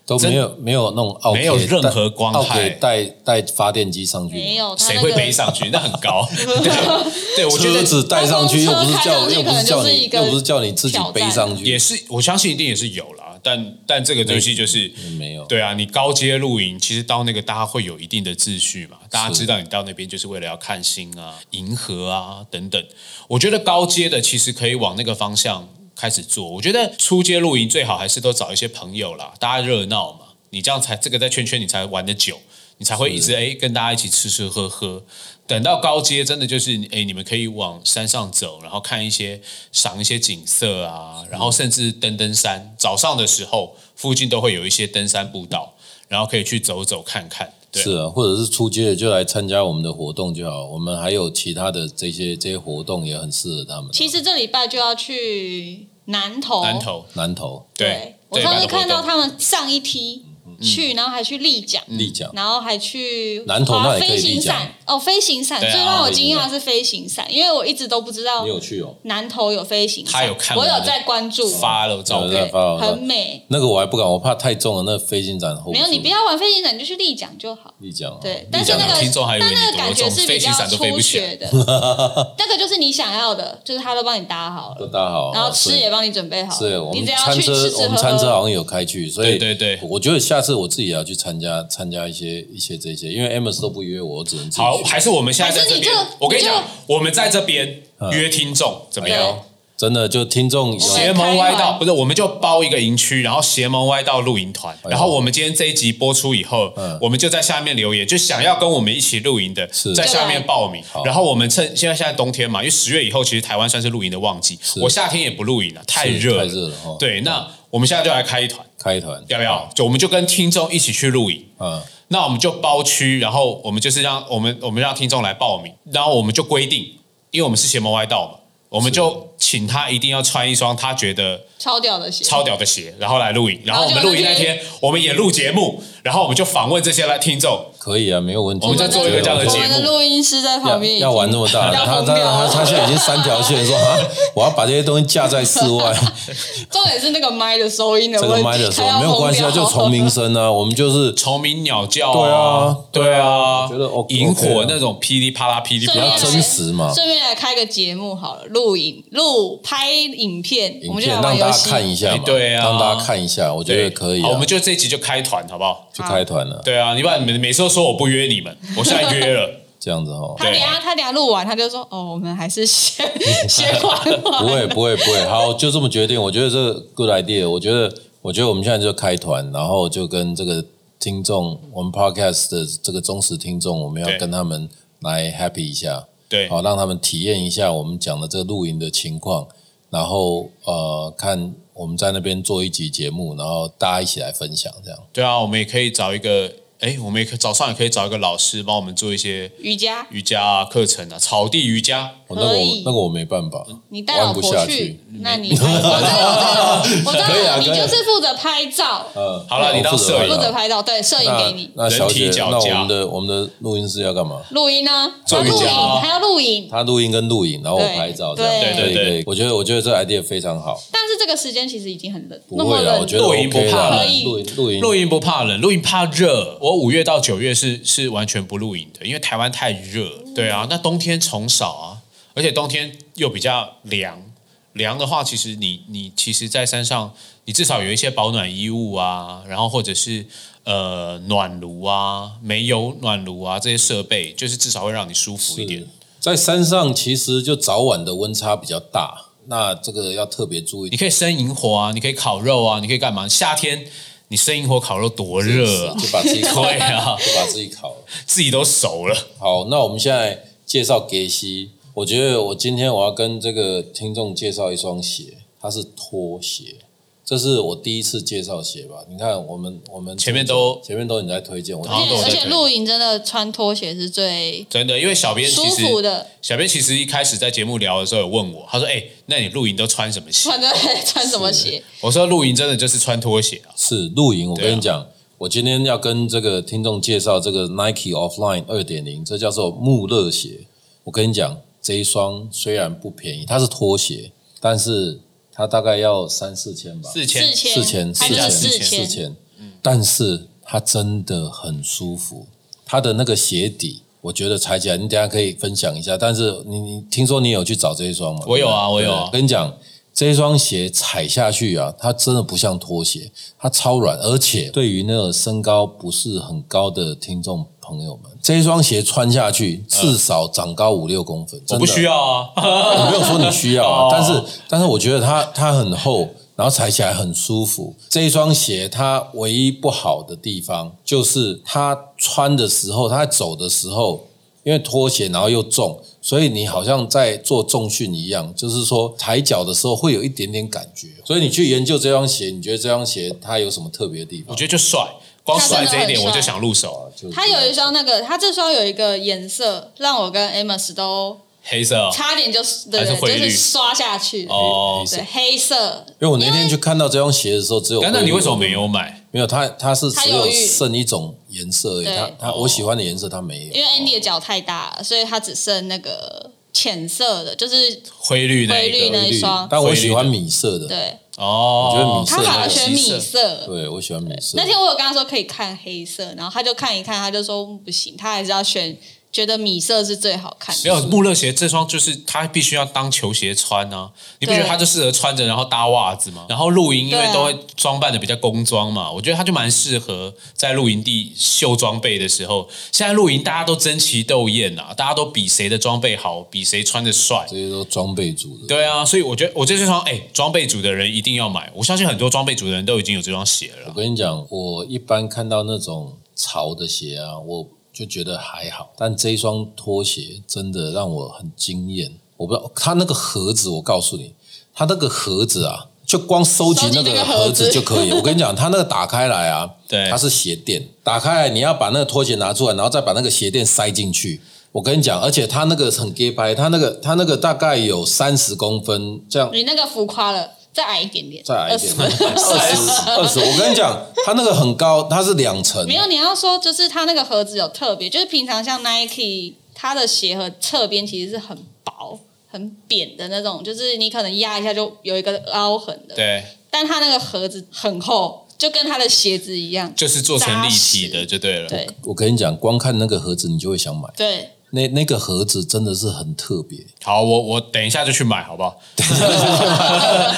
C: 都
A: 真
C: 没有没有那种奥，
A: 没有任何光害
C: 带带发电机上去，
B: 没有，它
A: 谁
B: 那
A: 会
B: 个
A: 背上去？那很 高。对，对我觉
C: 车
A: 得
C: 子带上去，又不是
B: 它
C: 叫
B: 光车
C: 又不
B: 开上去
C: 叫
B: 可能就是
C: 你
B: 一个
C: 又不是叫你自己
B: 挑战
C: 背上
A: 也
C: 去，
A: 是，我相信一定也是有啦。但但这个东西就是
C: 哦没有
A: 对啊，你高阶露营，其实到那个大家会有一定的秩序嘛，大家知道你到那边就是为了要看星啊、银河啊等等。我觉得高阶的其实可以往那个方向开始做。我觉得初阶露营最好还是都找一些朋友啦，大家热闹嘛，你这样才这个在圈圈你才玩得久。你才会一直哎跟大家一起吃吃喝喝，等到高阶真的就是哎你们可以往山上走，然后看一些赏一些景色啊，然后甚至登登山。早上的时候附近都会有一些登山步道，然后可以去走走看看。对
C: 是啊，或者是出街的就来参加我们的活动就好。我们还有其他的这些这些活动也很适合他们。啊
B: 其实这礼拜就要去南投，
A: 南投，
C: 南投
B: 哦对
A: 对，
B: 我上次看到
A: 们
B: 他们上一梯去，然后还去立奖，
C: 嗯立奖，
B: 然后还去
C: 南投
B: 滑
C: 那也可以
B: 飞行
C: 立奖
B: 伞哦，飞行伞
A: 对
B: 最
A: 啊
B: 让我
C: 飞行
B: 惊讶
C: 伞
B: 是飞行伞，因为我一直都不知道
C: 你有去哦？
B: 南投有飞行伞，
A: 他有看
B: 我
A: 我
B: 有
A: 的
B: 在关注，
A: 发了照
C: 有
A: 片
C: 在
B: 对，
C: 发我
B: 很美。
C: 那个我还不敢，我怕太重了，那飞行展 hold
B: 没有，
C: 住
B: 你不要玩飞行伞，你就去立奖就好。
C: 立奖啊。
B: 对，
C: 立
B: 但是
C: 奖
B: 那个
A: 听众还以为
B: 但
A: 你
B: 那个
A: 多
B: 感觉
A: 重
B: 是比
A: 飞
B: 较
A: 行伞都飞
B: 初
A: 不起来
B: 学的， 那个就是你想要的，就是他都帮你搭好
C: 都
B: 了，
C: 搭好啊，
B: 然后吃
C: 所以
B: 也帮你准备好
C: 是
B: 了
C: 我，
B: 你
C: 们
B: 只要
C: 餐
B: 去
C: 车
B: 吃，吃
C: 我
B: 喝
C: 们餐车好
B: 喝。
C: 像有开去，所以
A: 对对对
C: 我觉得下次我自己也要去参加参加一些一些这些，因为 Amos 都不约我，我只能自己
A: 好，
C: 去。
A: 还是我们现在在
B: 还是
A: 这
B: 你
A: 边
B: 就，
A: 我跟你
B: 你就
A: 讲，我们在这边
C: 嗯
A: 约听众怎么
B: 对
A: 样？
C: 真的就听众
B: 们
C: 有
A: 邪门歪
B: 开
A: 道
B: 完
A: 不是，我们就包一个营区，然后邪门歪道露营团。
C: 哎呦
A: 然后我们今天这一集播出以后
C: 嗯，
A: 我们就在下面留言，就想要跟我们一起露营的
C: 是，
A: 在下面报名
C: 好。
A: 然后我们趁现在现在冬天嘛，因为十月以后其实台湾算是露营的旺季，我夏天也不露营了，太
C: 是
A: 热
C: 太热了哦
A: 对，那我们现在就来开一团，
C: 开团，
A: 要不要？就我们就跟听众一起去露营。
C: 嗯，
A: 那我们就包区，然后我们就是让我们我们让听众来报名，然后我们就规定，因为我们是邪门歪道嘛，我们就请他一定要穿一双他觉得
B: 超屌的鞋，
A: 超屌的鞋，然后来录影。然后我
B: 然
A: 们
B: 后就
A: 录影
B: 那
A: 那
B: 天
A: 天，我们也录节目，然后我们就访问这些来听众。
C: 可以啊，没有问题。
A: 我们再做一个这样的
B: 我
A: 节
B: 们
A: 目
B: 的录音师在旁
C: 要
B: 边已经
C: 要玩这么大，
B: 要啊
C: 他
B: 疯
C: 他
B: 掉
C: 他
B: 了。
C: 他现在已经三条线说啊，我要把这些东西架在室外，
B: 重点是那个麦的收音的
C: 这
B: 问
C: 个
B: 题，
C: 麦的时
B: 他
C: 候
B: 要
C: 没有关系啊，
B: 疯掉
C: 就 虫鸣声啊，我们就是
A: 虫鸣鸟叫、
C: 对啊
A: 对啊，
C: 我觉得 OK-
A: 萤火
C: OK 啊
A: 那种噼里啪啦、噼里啪
B: 顺便
A: 啦
B: 来
C: 比较真实嘛
B: 顺便来开个节目好了，录影、录拍影片，我
C: 影
B: 们就来玩
C: 片让
B: 游
C: 大
B: 戏
C: 家。看一下嘛，
A: 对啊
C: 让大家看一下，我觉得可以啊，
A: 好我们就这一集就开团好不好？
C: 就开团了，
A: 对啊，你把你们每次都说我不约你们，我现在约了。
C: 这样子哦。
B: 他等一下
A: 对
B: 他等一下录完，他就说：“哦，我们还是 先先玩
C: 不
B: 玩。
C: 会不会不 会，好，就这么决定。我觉得这个 good idea，我觉得我觉得我们现在就开团，然后就跟这个听众，我们 podcast 的这个忠实听众，我们要
A: 对
C: 跟他们来 happy 一下，
A: 对，
C: 好，让他们体验一下我们讲的这个露营的情况，然后呃，看我们在那边做一集节目，然后大家一起来分享，这样
A: 对啊，我们也可以找一个，哎，我们也可以早上也可以找一个老师帮我们做一些
B: 瑜伽，
A: 瑜伽啊课程啊，草地瑜伽。
C: 哦、那个
B: 可
C: 我
B: 以
C: 那个我没办法，
B: 你带老
C: 玩不
B: 婆
C: 下去
B: 那 你我知道我知道我知道
C: 可以啊
B: 你
C: 可以啊
B: 就是负责拍照，
C: 呃，
A: 好了你当啊
C: 我负责
A: 摄影
B: 负
C: 拍
B: 责
C: 照
B: 拍照，对，摄影给你。
C: 那那小姐
A: 人，体脚
C: 那我
A: 架
C: 们的我们的录音师要干嘛？
B: 录音呢？
A: 做
B: 他
A: 瑜
B: 录
A: 伽
B: 影，
A: 啊
B: 还要录影。
C: 他录音跟录影，然后我
B: 对
C: 拍照，这样
B: 对
C: 可以
A: 对对
C: 可以。我觉得我觉得这 idea 非常好，
B: 但是这个时间其实已经很冷，
C: 不
B: 那么
C: 会啊啦，我
B: 冷，
C: 觉得
A: 录影
C: OK
A: 不怕
C: 啦
B: 可以
C: 录影录影
A: 露营不怕冷，露营怕热。我五月到九月是是完全不露营的，因为台湾太热。
B: 嗯
A: 对啊，那冬天虫少啊，而且冬天又比较凉。凉的话，其实你你其实，在山上，你至少有一些保暖衣物啊，然后或者是呃暖炉啊、煤油暖炉啊这些设备，就是至少会让你舒服一点
C: 是。在山上，其实就早晚的温差比较大，那这个要特别注
A: 你
C: 意。
A: 可以生营火啊，你可以烤肉啊，你可以干嘛？夏天你生营火烤肉多热啊！
C: 就把自己 烤，
A: 对啊
C: 就把自己烤了。
A: 自己都熟了，
C: 好，那我们现在介绍给西，我觉得我今天我要跟这个听众介绍一双鞋，它是拖鞋。这是我第一次介绍鞋吧？你看，我们我们
A: 前面都
C: 前面都你在推荐，我
A: 好
B: 而且
A: 对
B: 而
A: 对
B: 且
A: 对
B: 露营真的穿拖鞋是最
A: 真的。因为小编
B: 舒
A: 其实
B: 服的，
A: 小编其实一开始在节目聊的时候有问我，他说：“哎、那你露营都穿什么鞋
B: 穿着 穿什么鞋？？”
A: 我说：“露营真的就是穿拖鞋啊。
C: 是露营，我
A: 对啊
C: 跟你讲，我今天要跟这个听众介绍这个 Nike Offline 二点零，这叫做穆勒鞋。我跟你讲，这一双虽然不便宜，它是拖鞋，但是它大概要三四千吧，”
A: 四
B: 四
A: 千，
B: 千，
C: 四千
B: 它
C: 四
B: 就是
C: 千
B: 四
C: 四，千，但是它真的很舒服，它的那个鞋底。我觉得踩起来，你等一下可以分享一下。但是你你听说你有去找这一双吗？
A: 我有啊
C: 对
A: 我有啊
C: 对跟你讲，这一双鞋踩下去啊，它真的不像拖鞋，它超软，而且对于那个身高不是很高的听众朋友们，这一双鞋穿下去至少长高五六公分。
A: 我
C: 真
A: 不
C: 的。
A: 需要啊。
C: 我没有说你需要啊
A: 哦，
C: 但是但是我觉得它它很厚，然后踩起来很舒服。这一双鞋它唯一不好的地方就是它穿的时候，它走的时候，因为拖鞋然后又重，所以你好像在做重训一样，就是说踩脚的时候会有一点点感觉。所以你去研究这双鞋，你觉得这双鞋它有什么特别的地
A: 我
C: 方？
A: 觉得就帅。光甩这一
B: 他真的
A: 点
B: 很帅
A: 我就想入手了，
C: 就
B: 它有一双那个，它这双有一个颜色让我跟 Amos 都
A: 黑色哦
B: 差点就是对
A: 还是
B: 对，
A: 灰
B: 就
A: 绿
B: 是刷下去。
A: 哦
C: 黑。色
B: 对，黑色，
C: 因为我那天去看到这双鞋的时候，只有
A: 但那
C: 灰
A: 你
C: 绿
A: 为什么没有买？
C: 没有它？它是只
B: 它
C: 有
B: 有玉
C: 剩一种颜色而已。
B: 对
C: 它它
A: 哦
C: 我喜欢的颜色它没有。
B: 因为 Andy 的脚太大了，所以它只剩那个浅色的，就是
A: 灰绿那一
B: 灰绿
A: 个
B: 那一双
C: 但我喜欢米色的。
B: 对，
A: 哦，
C: 我觉得米色
B: 他好像选米
A: 米
B: 色。
C: 对，我喜欢米色
B: 那。天我有跟他说可以看黑色，然后他就看一看，他就说不行，他还是要选觉得米色是最好看的。
A: 没有穆勒鞋这双，就是它必须要当球鞋穿啊！你不觉得
B: 对
A: 它就适合穿着，然后搭袜子吗？然后露营因
B: 对
A: 为
B: 啊
A: 都会装扮的比较工装嘛，我觉得它就蛮适合在露营地秀装备的时候。现在露营大家都争奇斗艳啊，大家都比谁的装备好，比谁穿的帅
C: 这。些都装备组的。
A: 对啊，所以我觉得我觉得这双哎，装备组的人一定要买。我相信很多装备组的人都已经有这双鞋
C: 我
A: 了。
C: 跟你讲，我一般看到那种潮的鞋啊，我就觉得还好，但这一双拖鞋真的让我很惊艳。我不知道它那个盒子，我告诉你，它那个盒子啊，就光收集那
B: 收集那
C: 个
B: 个
C: 盒
B: 盒
C: 子
B: 子
C: 就可以。我跟你讲，它那个打开来啊，
A: 对
C: 它是鞋垫，打开来你要把那个拖鞋拿出来，然后再把那个鞋垫塞进去。我跟你讲，而且它那个很 gay 拍，它那个它那个大概有三十公分这样
B: 你那个浮夸了，再矮一点点，
C: 再矮一点，二
B: 20
C: 十二十。我跟你讲，它那个很高，它是两层，
B: 没有，你要说就是它那个盒子有特别，就是平常像 Nike 它的鞋盒侧边其实是很薄、很扁的那种，就是你可能压一下就有一个凹痕的。
A: 对，
B: 但它那个盒子很厚，就跟它的鞋子一样。
A: 就是做成立体的就对了。
B: 对
C: 我跟你讲，光看那个盒子，你就会想买。
B: 对，
C: 那那个盒子真的是很特别，
A: 好，我我等一下就去买，好不好？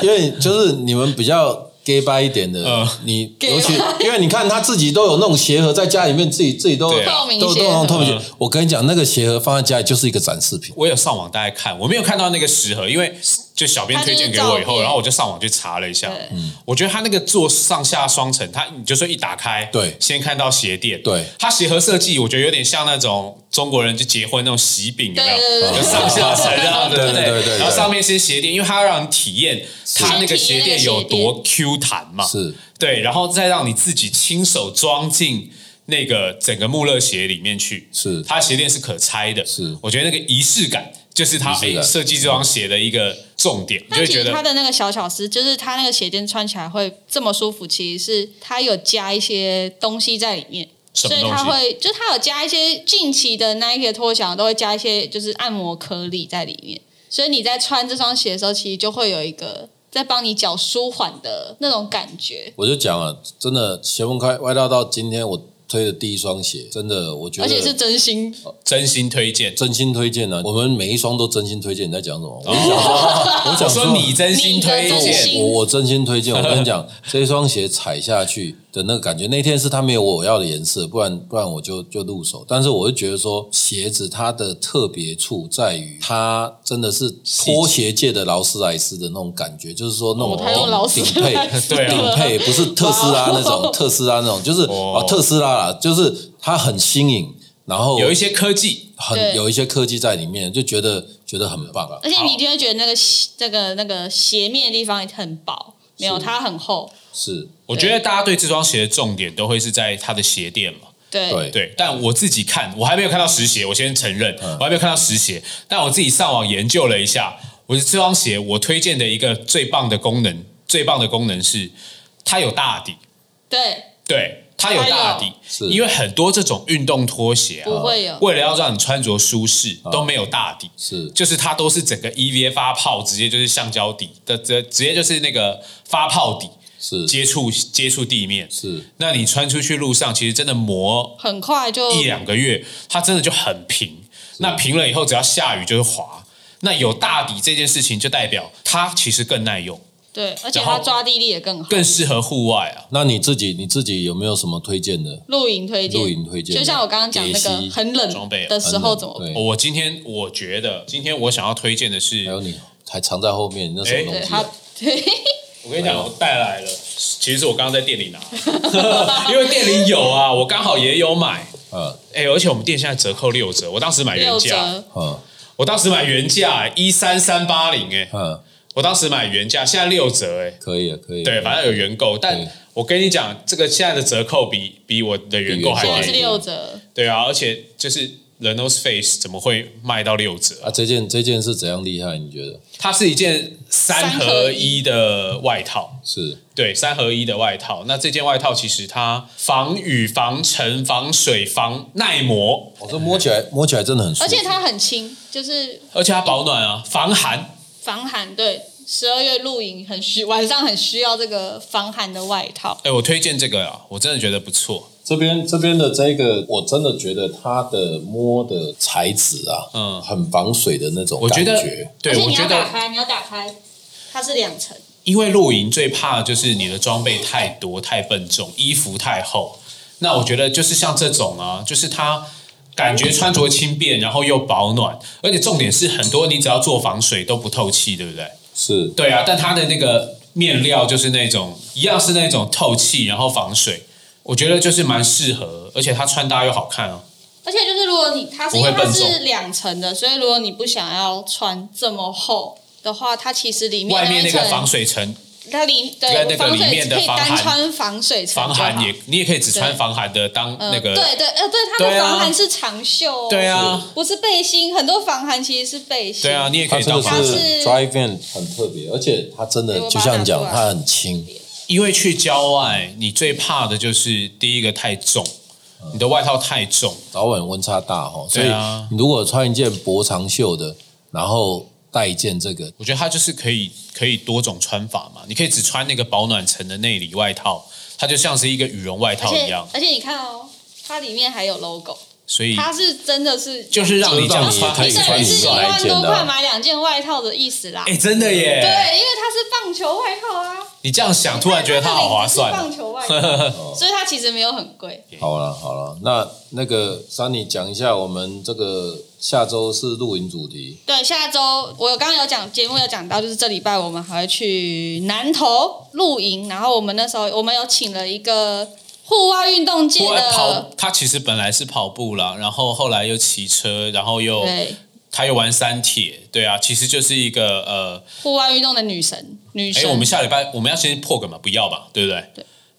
C: 因为就是你们比较 gay 掰一点的，
A: 嗯
C: 你
B: gay
C: 尤其因为你看他自己都有那种鞋盒在家里面，自己自己都
A: 对啊
B: 透明
C: 都都
B: 鞋
C: 有那种透明鞋
A: 嗯。
C: 我跟你讲，那个鞋盒放在家里就是一个展示品。
A: 我有上网大概看，我没有看到那个食盒，因为就小编推荐给我以
B: 它就是照
A: 后，
B: 片
A: 然后我就上网去查了一下
B: 对，
C: 嗯
A: 我觉得它那个做上下双层，它你就说一打开，
C: 对
A: 先看到鞋垫，
C: 对
A: 它鞋盒设计我觉得有点像那种中国人就结婚那种喜饼，有没有？
B: 对对对
A: 就上下层这样子，
C: 对
A: 对
C: 对
A: 不
C: 对对对
A: 然后上面先鞋垫，因为它要让你体验它那个鞋垫有多 Q 弹嘛，
C: 是
A: 对，然后再让你自己亲手装进那个整个穆勒鞋里面去。
C: 是
A: 它鞋垫是可拆的。
C: 是
A: 我觉得那个仪式感就是它
C: 仪式
A: 诶
C: 感
A: 设计这双鞋的一个重点，你就
B: 但
A: 会
B: 其
A: 觉
B: 实它
A: 得
B: 的那个小巧思，就是它那个鞋垫穿起来会这么舒服，其实是它有加一些东西在里面，
A: 什
B: 所
A: 么
B: 以
A: 东
B: 它
A: 西
B: 会就是它有加一些近期的 Nike 的拖鞋都会加一些就是按摩颗粒在里面，所以你在穿这双鞋的时候，其实就会有一个在帮你脚舒缓的那种感觉，
C: 我就讲啊，真的鞋风开歪到到今天我推的第一双鞋，真的我觉得
B: 而且是真心
A: 真心推荐。
C: 真心推荐呢、啊。我们每一双都真心推荐，你在讲什么？我想说，我
A: 哦我
C: 想
A: 说你真心推
B: 你的真
A: 荐
B: 心，
C: 我我真心推荐，我跟 你讲，这一双鞋踩下去的那个感觉，那天是它没有我要的颜色，不然不然我就就入手。但是我就觉得说，鞋子它的特别处在于它真的是拖鞋界的劳斯莱斯的那种感觉，就是说那种
B: 哦它用劳斯
C: 顶顶配
B: 莱斯
A: 对啊
C: 顶配，不是特斯拉那
B: 哇
C: 种
B: 哦
C: 特斯拉那种，就是
A: 哦
C: 哦特斯拉啦，就是它很新颖，然后
A: 有一些科技
C: 很
B: 对哎
C: 有一些科技在里面，就觉得觉得很棒啊。
B: 而且你就会觉得那个鞋那个那个鞋面的地方很薄，没有
C: 是
B: 它很厚，
C: 是
A: 我觉得大家对这双鞋的重点都会是在它的鞋垫嘛。
B: 对
C: 对
A: 对，但我自己看，我还没有看到实鞋，我先承认，
C: 嗯
A: 我还没有看到实鞋。但我自己上网研究了一下，我这双鞋我推荐的一个最棒的功能，最棒的功能是它有大底，
B: 对
A: 对，它有大底
C: 它有，
A: 因为很多这种运动拖鞋
B: 不
A: 啊，
B: 会有。
A: 为了要让你穿着舒适，都没有大底。
C: 嗯是
A: 就是它都是整个 EVA 发泡，直接就是橡胶底的，直直接就是那个发泡底
C: 是
A: 接触接触地面。
C: 是
A: 那你穿出去路上，其实真的磨
B: 很快就
A: 一两个月，它真的就很平。那平了以后，只要下雨就是滑。那有大底这件事情，就代表它其实更耐用，
B: 对，而且
A: 然后
B: 它抓地力也更好。
A: 更适合户外啊。
C: 那你自己你自己有没有什么推荐的？
B: 露营推荐，
C: 露营推荐
B: 就像我刚刚讲那
C: 蝶
B: 个
C: 息
B: 很
A: 装
B: 冷
A: 备
B: 的时候
C: 很冷
B: 怎么
C: 对
A: 我今天我觉得，今天我想要推荐的
C: 还有
A: 是，
C: 你还藏在后面，你那
A: 哎
C: 什么
B: 对
C: 东西
B: 它
C: 啊、
B: 对
A: 我跟你讲，我带来了，其实是我刚刚在店里拿， 因为店里有啊，我刚好也有买。
C: 嗯
A: 哎、而且我们店现在折扣六折，我当时买原
B: 六
A: 价，
B: 折，
C: 嗯
A: 我当时买原价一三三八零，哎、
C: 嗯，
A: 我当时买原价，现在六折、哎，
C: 可以啊，可以
B: 嗯
C: 啊。
A: 对，反正有原购，但
C: 对
A: 我跟你讲，这个现在的折扣比比我的员工还
C: 比
B: 现在
C: 员工
B: 是
A: 便宜。
B: 六折，
A: 对啊，而且就是 Leno's Face 怎么会卖到六折啊？
C: 啊，这件这件是怎样厉害？你觉得
A: 它是一件三
B: 三合
A: 合一的外套，
C: 是？
A: 对，三合一的外套。那这件外套其实它防雨、防尘、防水、防耐磨，
C: 我说摸起来呃摸起来真的很舒服，
B: 而且它很轻，就是
A: 而且它保暖啊，防寒。
B: 防寒。对，十二月露营很需，晚上很需要这个防寒的外套。
A: 哎，我推荐这个啊，我真的觉得不错。
C: 这边这边的这个，我真的觉得它的摸的材质啊，
A: 嗯
C: 很防水的那种
A: 我
C: 感
A: 觉得，
B: 而
A: 对，
B: 且
A: 我
B: 你
A: 觉
B: 要打
A: 得，
B: 开，你要打开，它是两层。
A: 因为露营最怕就是你的装备太多、太笨重，衣服太厚。那我觉得就是像这种啊，就是它感觉穿着轻便，然后又保暖，而且重点是很多你只要做防水都不透气，对不对？
C: 是
A: 对啊，但它的那个面料就是那种一样是那种透气，然后防水，我觉得就是蛮适合，而且它穿搭又好看啊。
B: 而且就是，如果你它
A: 不
B: 是因
A: 会
B: 为它
A: 笨
B: 是
A: 重
B: 两层的，所以如果你不想要穿这么厚的话，它其实里面
A: 外面
B: 一
A: 那
B: 层
A: 个防水层、
B: 它里
A: 那
B: 对
A: 个
B: 防
A: 里
B: 水
A: 面的
B: 可以
A: 防寒
B: 单穿防水层
A: 防
B: 就好
A: 寒也，你也可以只穿
B: 对
A: 防寒的当
B: 嗯
A: 那个。
B: 对对呃对它
A: 对
B: 的
A: 啊
B: 防寒是长袖、哦，
A: 对啊，
B: 不是背心，很多防寒其实是背心，
A: 对啊，你也可
C: 它
A: 以
C: 这
A: 当
C: 个
A: 防寒。
C: 是
B: 是
C: drive in 很特别，而且它真的
B: 对我
C: 就
B: 把它
C: 像你讲，
B: 拿出来
C: 它很轻，
A: 因为去郊外，你最怕的就是第一个太重，你的外套太重，
C: 早晚温差大哈、哦，所以
A: 对啊
C: 你如果穿一件薄长袖的，然后带一件这个，
A: 我觉得它就是可以可以多种穿法嘛。你可以只穿那个保暖层的内里外套，它就像是一个羽绒外
B: 而
A: 套一
B: 且
A: 样，
B: 而且你看哦，它里面还有 logo，
A: 所以
B: 它是真的是
A: 就是让你这样
C: 就是让
A: 穿
C: 你可
A: 很
C: 以
B: 一个
A: 舒
C: 穿
B: 人
A: 服
B: 是一
C: 以外
B: 万
C: 件的啊
B: 多块买两件外套的意思啦，
A: 哎、真的耶！
B: 对，因为它是棒球外套啊。
A: 你这样想，突然觉得它好划算
B: 它
A: 哦
B: 的领子是棒。球外套， 所以它其实没有很贵。
C: 好了好了，那那个 Sunny 讲一下，我们这个下周是露营主题，
B: 对，下周我刚刚有讲节目有讲到，就是这礼拜我们还会去南投露营，然后我们那时候我们有请了一个户外运动界
A: 我跑
B: 的，，
A: 他其实本来是跑步啦，然后后来又骑车，然后又
B: 对，
A: 他又玩三铁，对啊，其实就是一个呃，
B: 户外运动的女神，女
A: 哎，
B: 神。
A: 我们下礼拜我们要先破梗嘛，不要吧，对不对？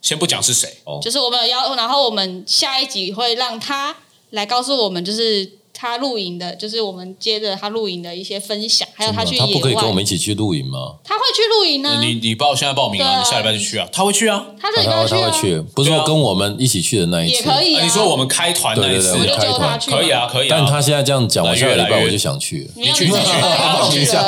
A: 先不讲是谁，
B: 就是我们有邀，然后我们下一集会让他来告诉我们，就是他露营的，就是我们接着他露营的一些分享，还有他去
C: 嗯他不可以
B: 野外
C: 跟我，们一起去露营吗？
B: 他会去露营呢、
A: 呃你你报现在报名啊，
B: 嗯对啊
A: 你下礼拜就去啊，他会去啊，
B: 他这
C: 啊
B: 里
C: 他会
B: 要
C: 他
B: 去
C: 会
B: 啊，
C: 去，不是
A: 对
C: 说
A: 啊
C: 跟我们一起去的那一
B: 也
C: 次，
B: 可以、啊
A: 啊你说我们开团那一次
C: 对对
B: 我就
C: 对
A: 啊，
C: 开
B: 叫
C: 团
B: 他去，
A: 可以啊，，可以
C: 但
A: 啊
C: 他，现在这样讲，
A: 来
C: 我下
A: 约
C: 个礼
A: 来
C: 拜
A: 约
C: 我就想去。
B: 没有
A: 你去
B: 你
A: 你去
B: 报名一下，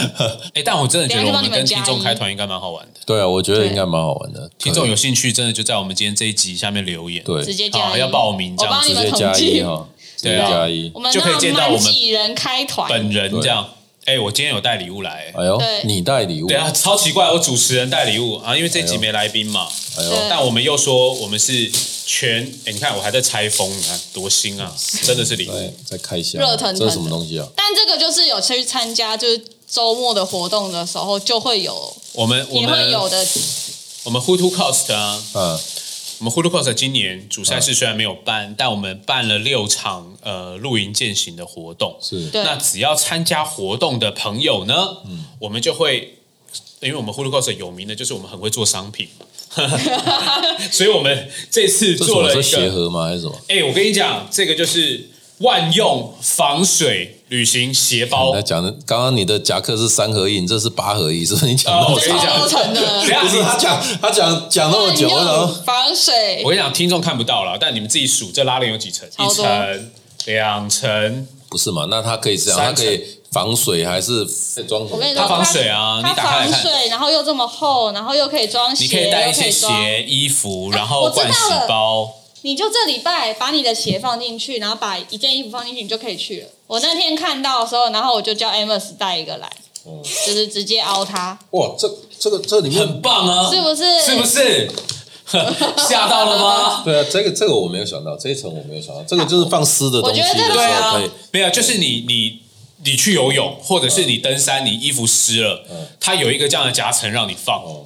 A: 哎，但我真的觉得我们
B: 等
A: 跟
B: 一下就帮你们加
A: 听
B: 一
A: 众开团应该蛮好玩的，
C: 对啊，我觉得
B: 对
C: 应该蛮好玩的。
A: 听众
C: 可以
A: 有兴趣真的就在我们今天这一集下面留言，
C: 对
B: 直接加
A: 好
B: 一
A: 要报名这
B: 我
A: 样
B: 帮
A: 子
B: 你
C: 直
B: 们
C: 接
B: 统
C: 加一
B: 计，
C: 哈，直接
A: 对啊
C: 加一。
B: 我们
A: 就可以见到
B: 让
A: 我们
B: 满几人开团，
A: 本人
C: 对
A: 这样，哎，我今天有带礼物来，哎
C: 哎呦
B: 对，
C: 你带礼 物，
A: 对啊，超奇怪，我主持人带礼物啊，因为这集
C: 哎呦
A: 没来宾嘛，
C: 哎呦，
B: 对
A: 但我们又说我们是全，哎，你看我还在拆封，你看多新啊，真的是礼
C: 来
A: 物。
C: 再开箱，
B: 热腾腾的
C: 这是什么东西啊？
B: 但这个就是有去参加，就是周末的活动的时候就会有，
A: 我们我
B: 也会
A: 们
B: 有的，
A: 我们 Who to Cost 啊，
C: 嗯，
A: 我们 Who to Cost 今年主
C: 啊
A: 赛事虽然没有办，但我们办了六场呃露营践行的活动。
C: 是嗯
B: 对
A: 那只要参加活动的朋友呢，我们就会，因为我们 Hulu Cost 有名的就是我们很会做商品，所以我们这次
C: 这是什
A: 做
C: 么
A: 了
C: 是
A: 一
C: 鞋
A: 个，
C: 盒吗？还是什么？
A: 哎、我跟你讲，这个就是万用防水旅行鞋包
C: 你在。讲的，刚刚你的夹克是三合一，你这是八合一，是不是？你讲那
A: 哦
C: 么
A: 我跟你讲
B: 超多层 的
A: 等一下
C: 不是他讲他讲讲那么久，然
B: 万用
C: 后
B: 防水
A: 我，跟你讲，听众看不到了，但你们自己数这拉链有几层？
B: 超
A: 一
B: 多
A: 层、两层，
C: 不是嘛？那它可以这样，它
A: 三
C: 可
A: 层
C: 以防水还是装什
B: 我跟你说，
C: 么？
A: 它防水啊
B: 它
A: 你打开来看
B: 它防水，然后又这么厚，然后又可以装鞋，
A: 你可以带一些
B: 又可装
A: 鞋、衣服，然
B: 我
A: 后
B: 知道
A: 灌
B: 了
A: 洗包。
B: 你就这礼拜把你的鞋放进去，然后把一件衣服放进去，你就可以去了。我那天看到的时候，然后我就叫 Amos 带一个来，
A: 哦
B: 就是直接凹他，
C: 哇，这这个这里面
A: 很棒啊！
B: 是不是
A: 是不是？ 吓到了吗？
C: 对啊，这个这个我没有想到，这一层我没有想到，这个就是放湿的东西
B: 我觉得这
C: 的
B: 个
C: 时
A: 对
C: 候可
A: 啊
C: 以。，
A: 没有，就是你你你去游泳，或者是你登山，你衣服湿了，它有一个这样的夹层让你放。
C: 哦，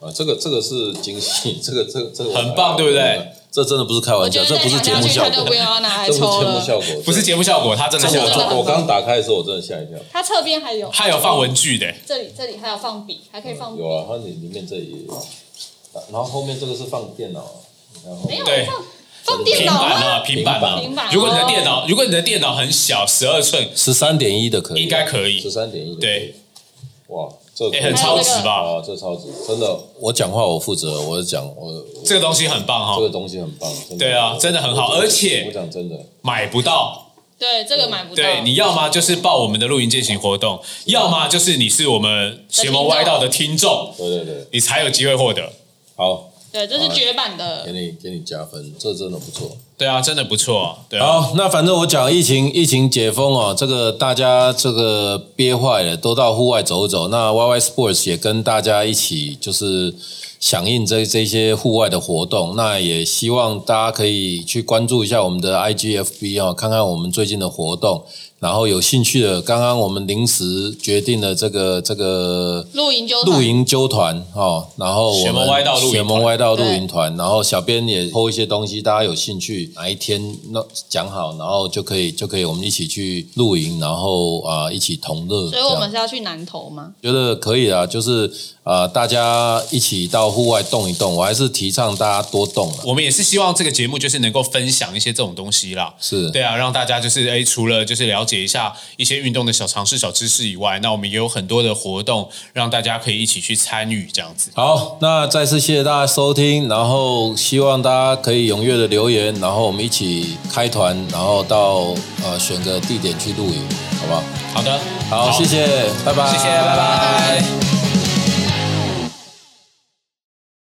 C: 啊，这个这个是惊喜，这个这个这个我
A: 很棒对不对？
C: 这真的不是开
B: 我
C: 玩
B: 觉
A: 哦
C: 笑，
B: 得
C: 这
B: 再
C: 不是
B: 讲
C: 节
B: 下去他
C: 目效
B: 就
C: 果，
B: 不啊要拿来
C: 这不是
B: 抽
C: 节目
B: 了。
C: 效果，
A: 不是节目效果，它真的
C: 这
A: 吓
C: 我
A: 到
C: 这
A: 我，
C: 我刚打开的时候我真的吓一跳。
B: 它侧边还有，
A: 它有放文具的，哦
C: 啊
B: 这里这里还有放笔，还可以放笔哦
C: 有。啊，它里里面这里也有然后后面这个是放电脑，然后
B: 没有
A: 对
B: 放
A: 平
B: 放电脑
A: 板
B: 吗？
A: 啊，平板啊，
B: 平板
A: 如果你的电脑，如果你的电脑很小，十二寸，
C: 十三点一的可以，啊
A: 应该可以
C: 十三点一的可以
A: 对，
C: 哇，这个
A: 哎，很超值吧？
C: 啊，这超值，真的，我讲话我负责，我讲我
A: 这个东西很棒
C: 这个
A: 哈，
C: 东西很棒，真的
A: 对啊真的很好
C: 我
A: 而且
C: 我讲真的，
A: 买不到。
B: 对，这个买不到。
A: 对，你要么就是报我们的露营践行活动，要么就是你是我们邪魔歪道的听众，
C: 对对对，
A: 你才有机会获得。
C: 好，
B: 对，这是绝版
A: 哦
C: 给
B: 的。
C: 你给你加分，这真的不错。
A: 对啊，真的不错啊，对啊，
C: 好，那反正我讲疫情，疫情解封哦，这个大家这个憋坏了，都到户外走走。那 YY Sports 也跟大家一起就是响应这这些户外的活动，那也希望大家可以去关注一下我们的 IGFB 哦，看看我们最近的活动。然后有兴趣的，刚刚我们临时决定了这个这个
B: 露营就
C: 露营纠团哦，然后我
A: 邪
C: 们
A: 门歪道露营
C: 邪
A: 团
C: 门歪道露营团，然后小编也抛一些东西，大家有兴趣哪一天那讲好，然后就可以就可以我们一起去露营，然后啊、一起同乐，
B: 所以
C: 这
B: 我
C: 样
B: 们是要去南投吗？
C: 觉得可以啊，就是啊、大家一起到户外动一动，我还是提倡大家多动啊，
A: 我们也是希望这个节目就是能够分享一些这种东西啦。
C: 是
A: 对啊，让大家就是哎，除了就是了解一下一些运动的小常识、小知识以外，那我们也有很多的活动，让大家可以一起去参与这样子。
C: 好，那再次谢谢大家收听，然后希望大家可以踊跃的留言，然后我们一起开团，然后到呃选个地点去露营，好不好？
A: 好的，
C: 好，谢，谢，拜拜，
A: 谢谢，拜拜。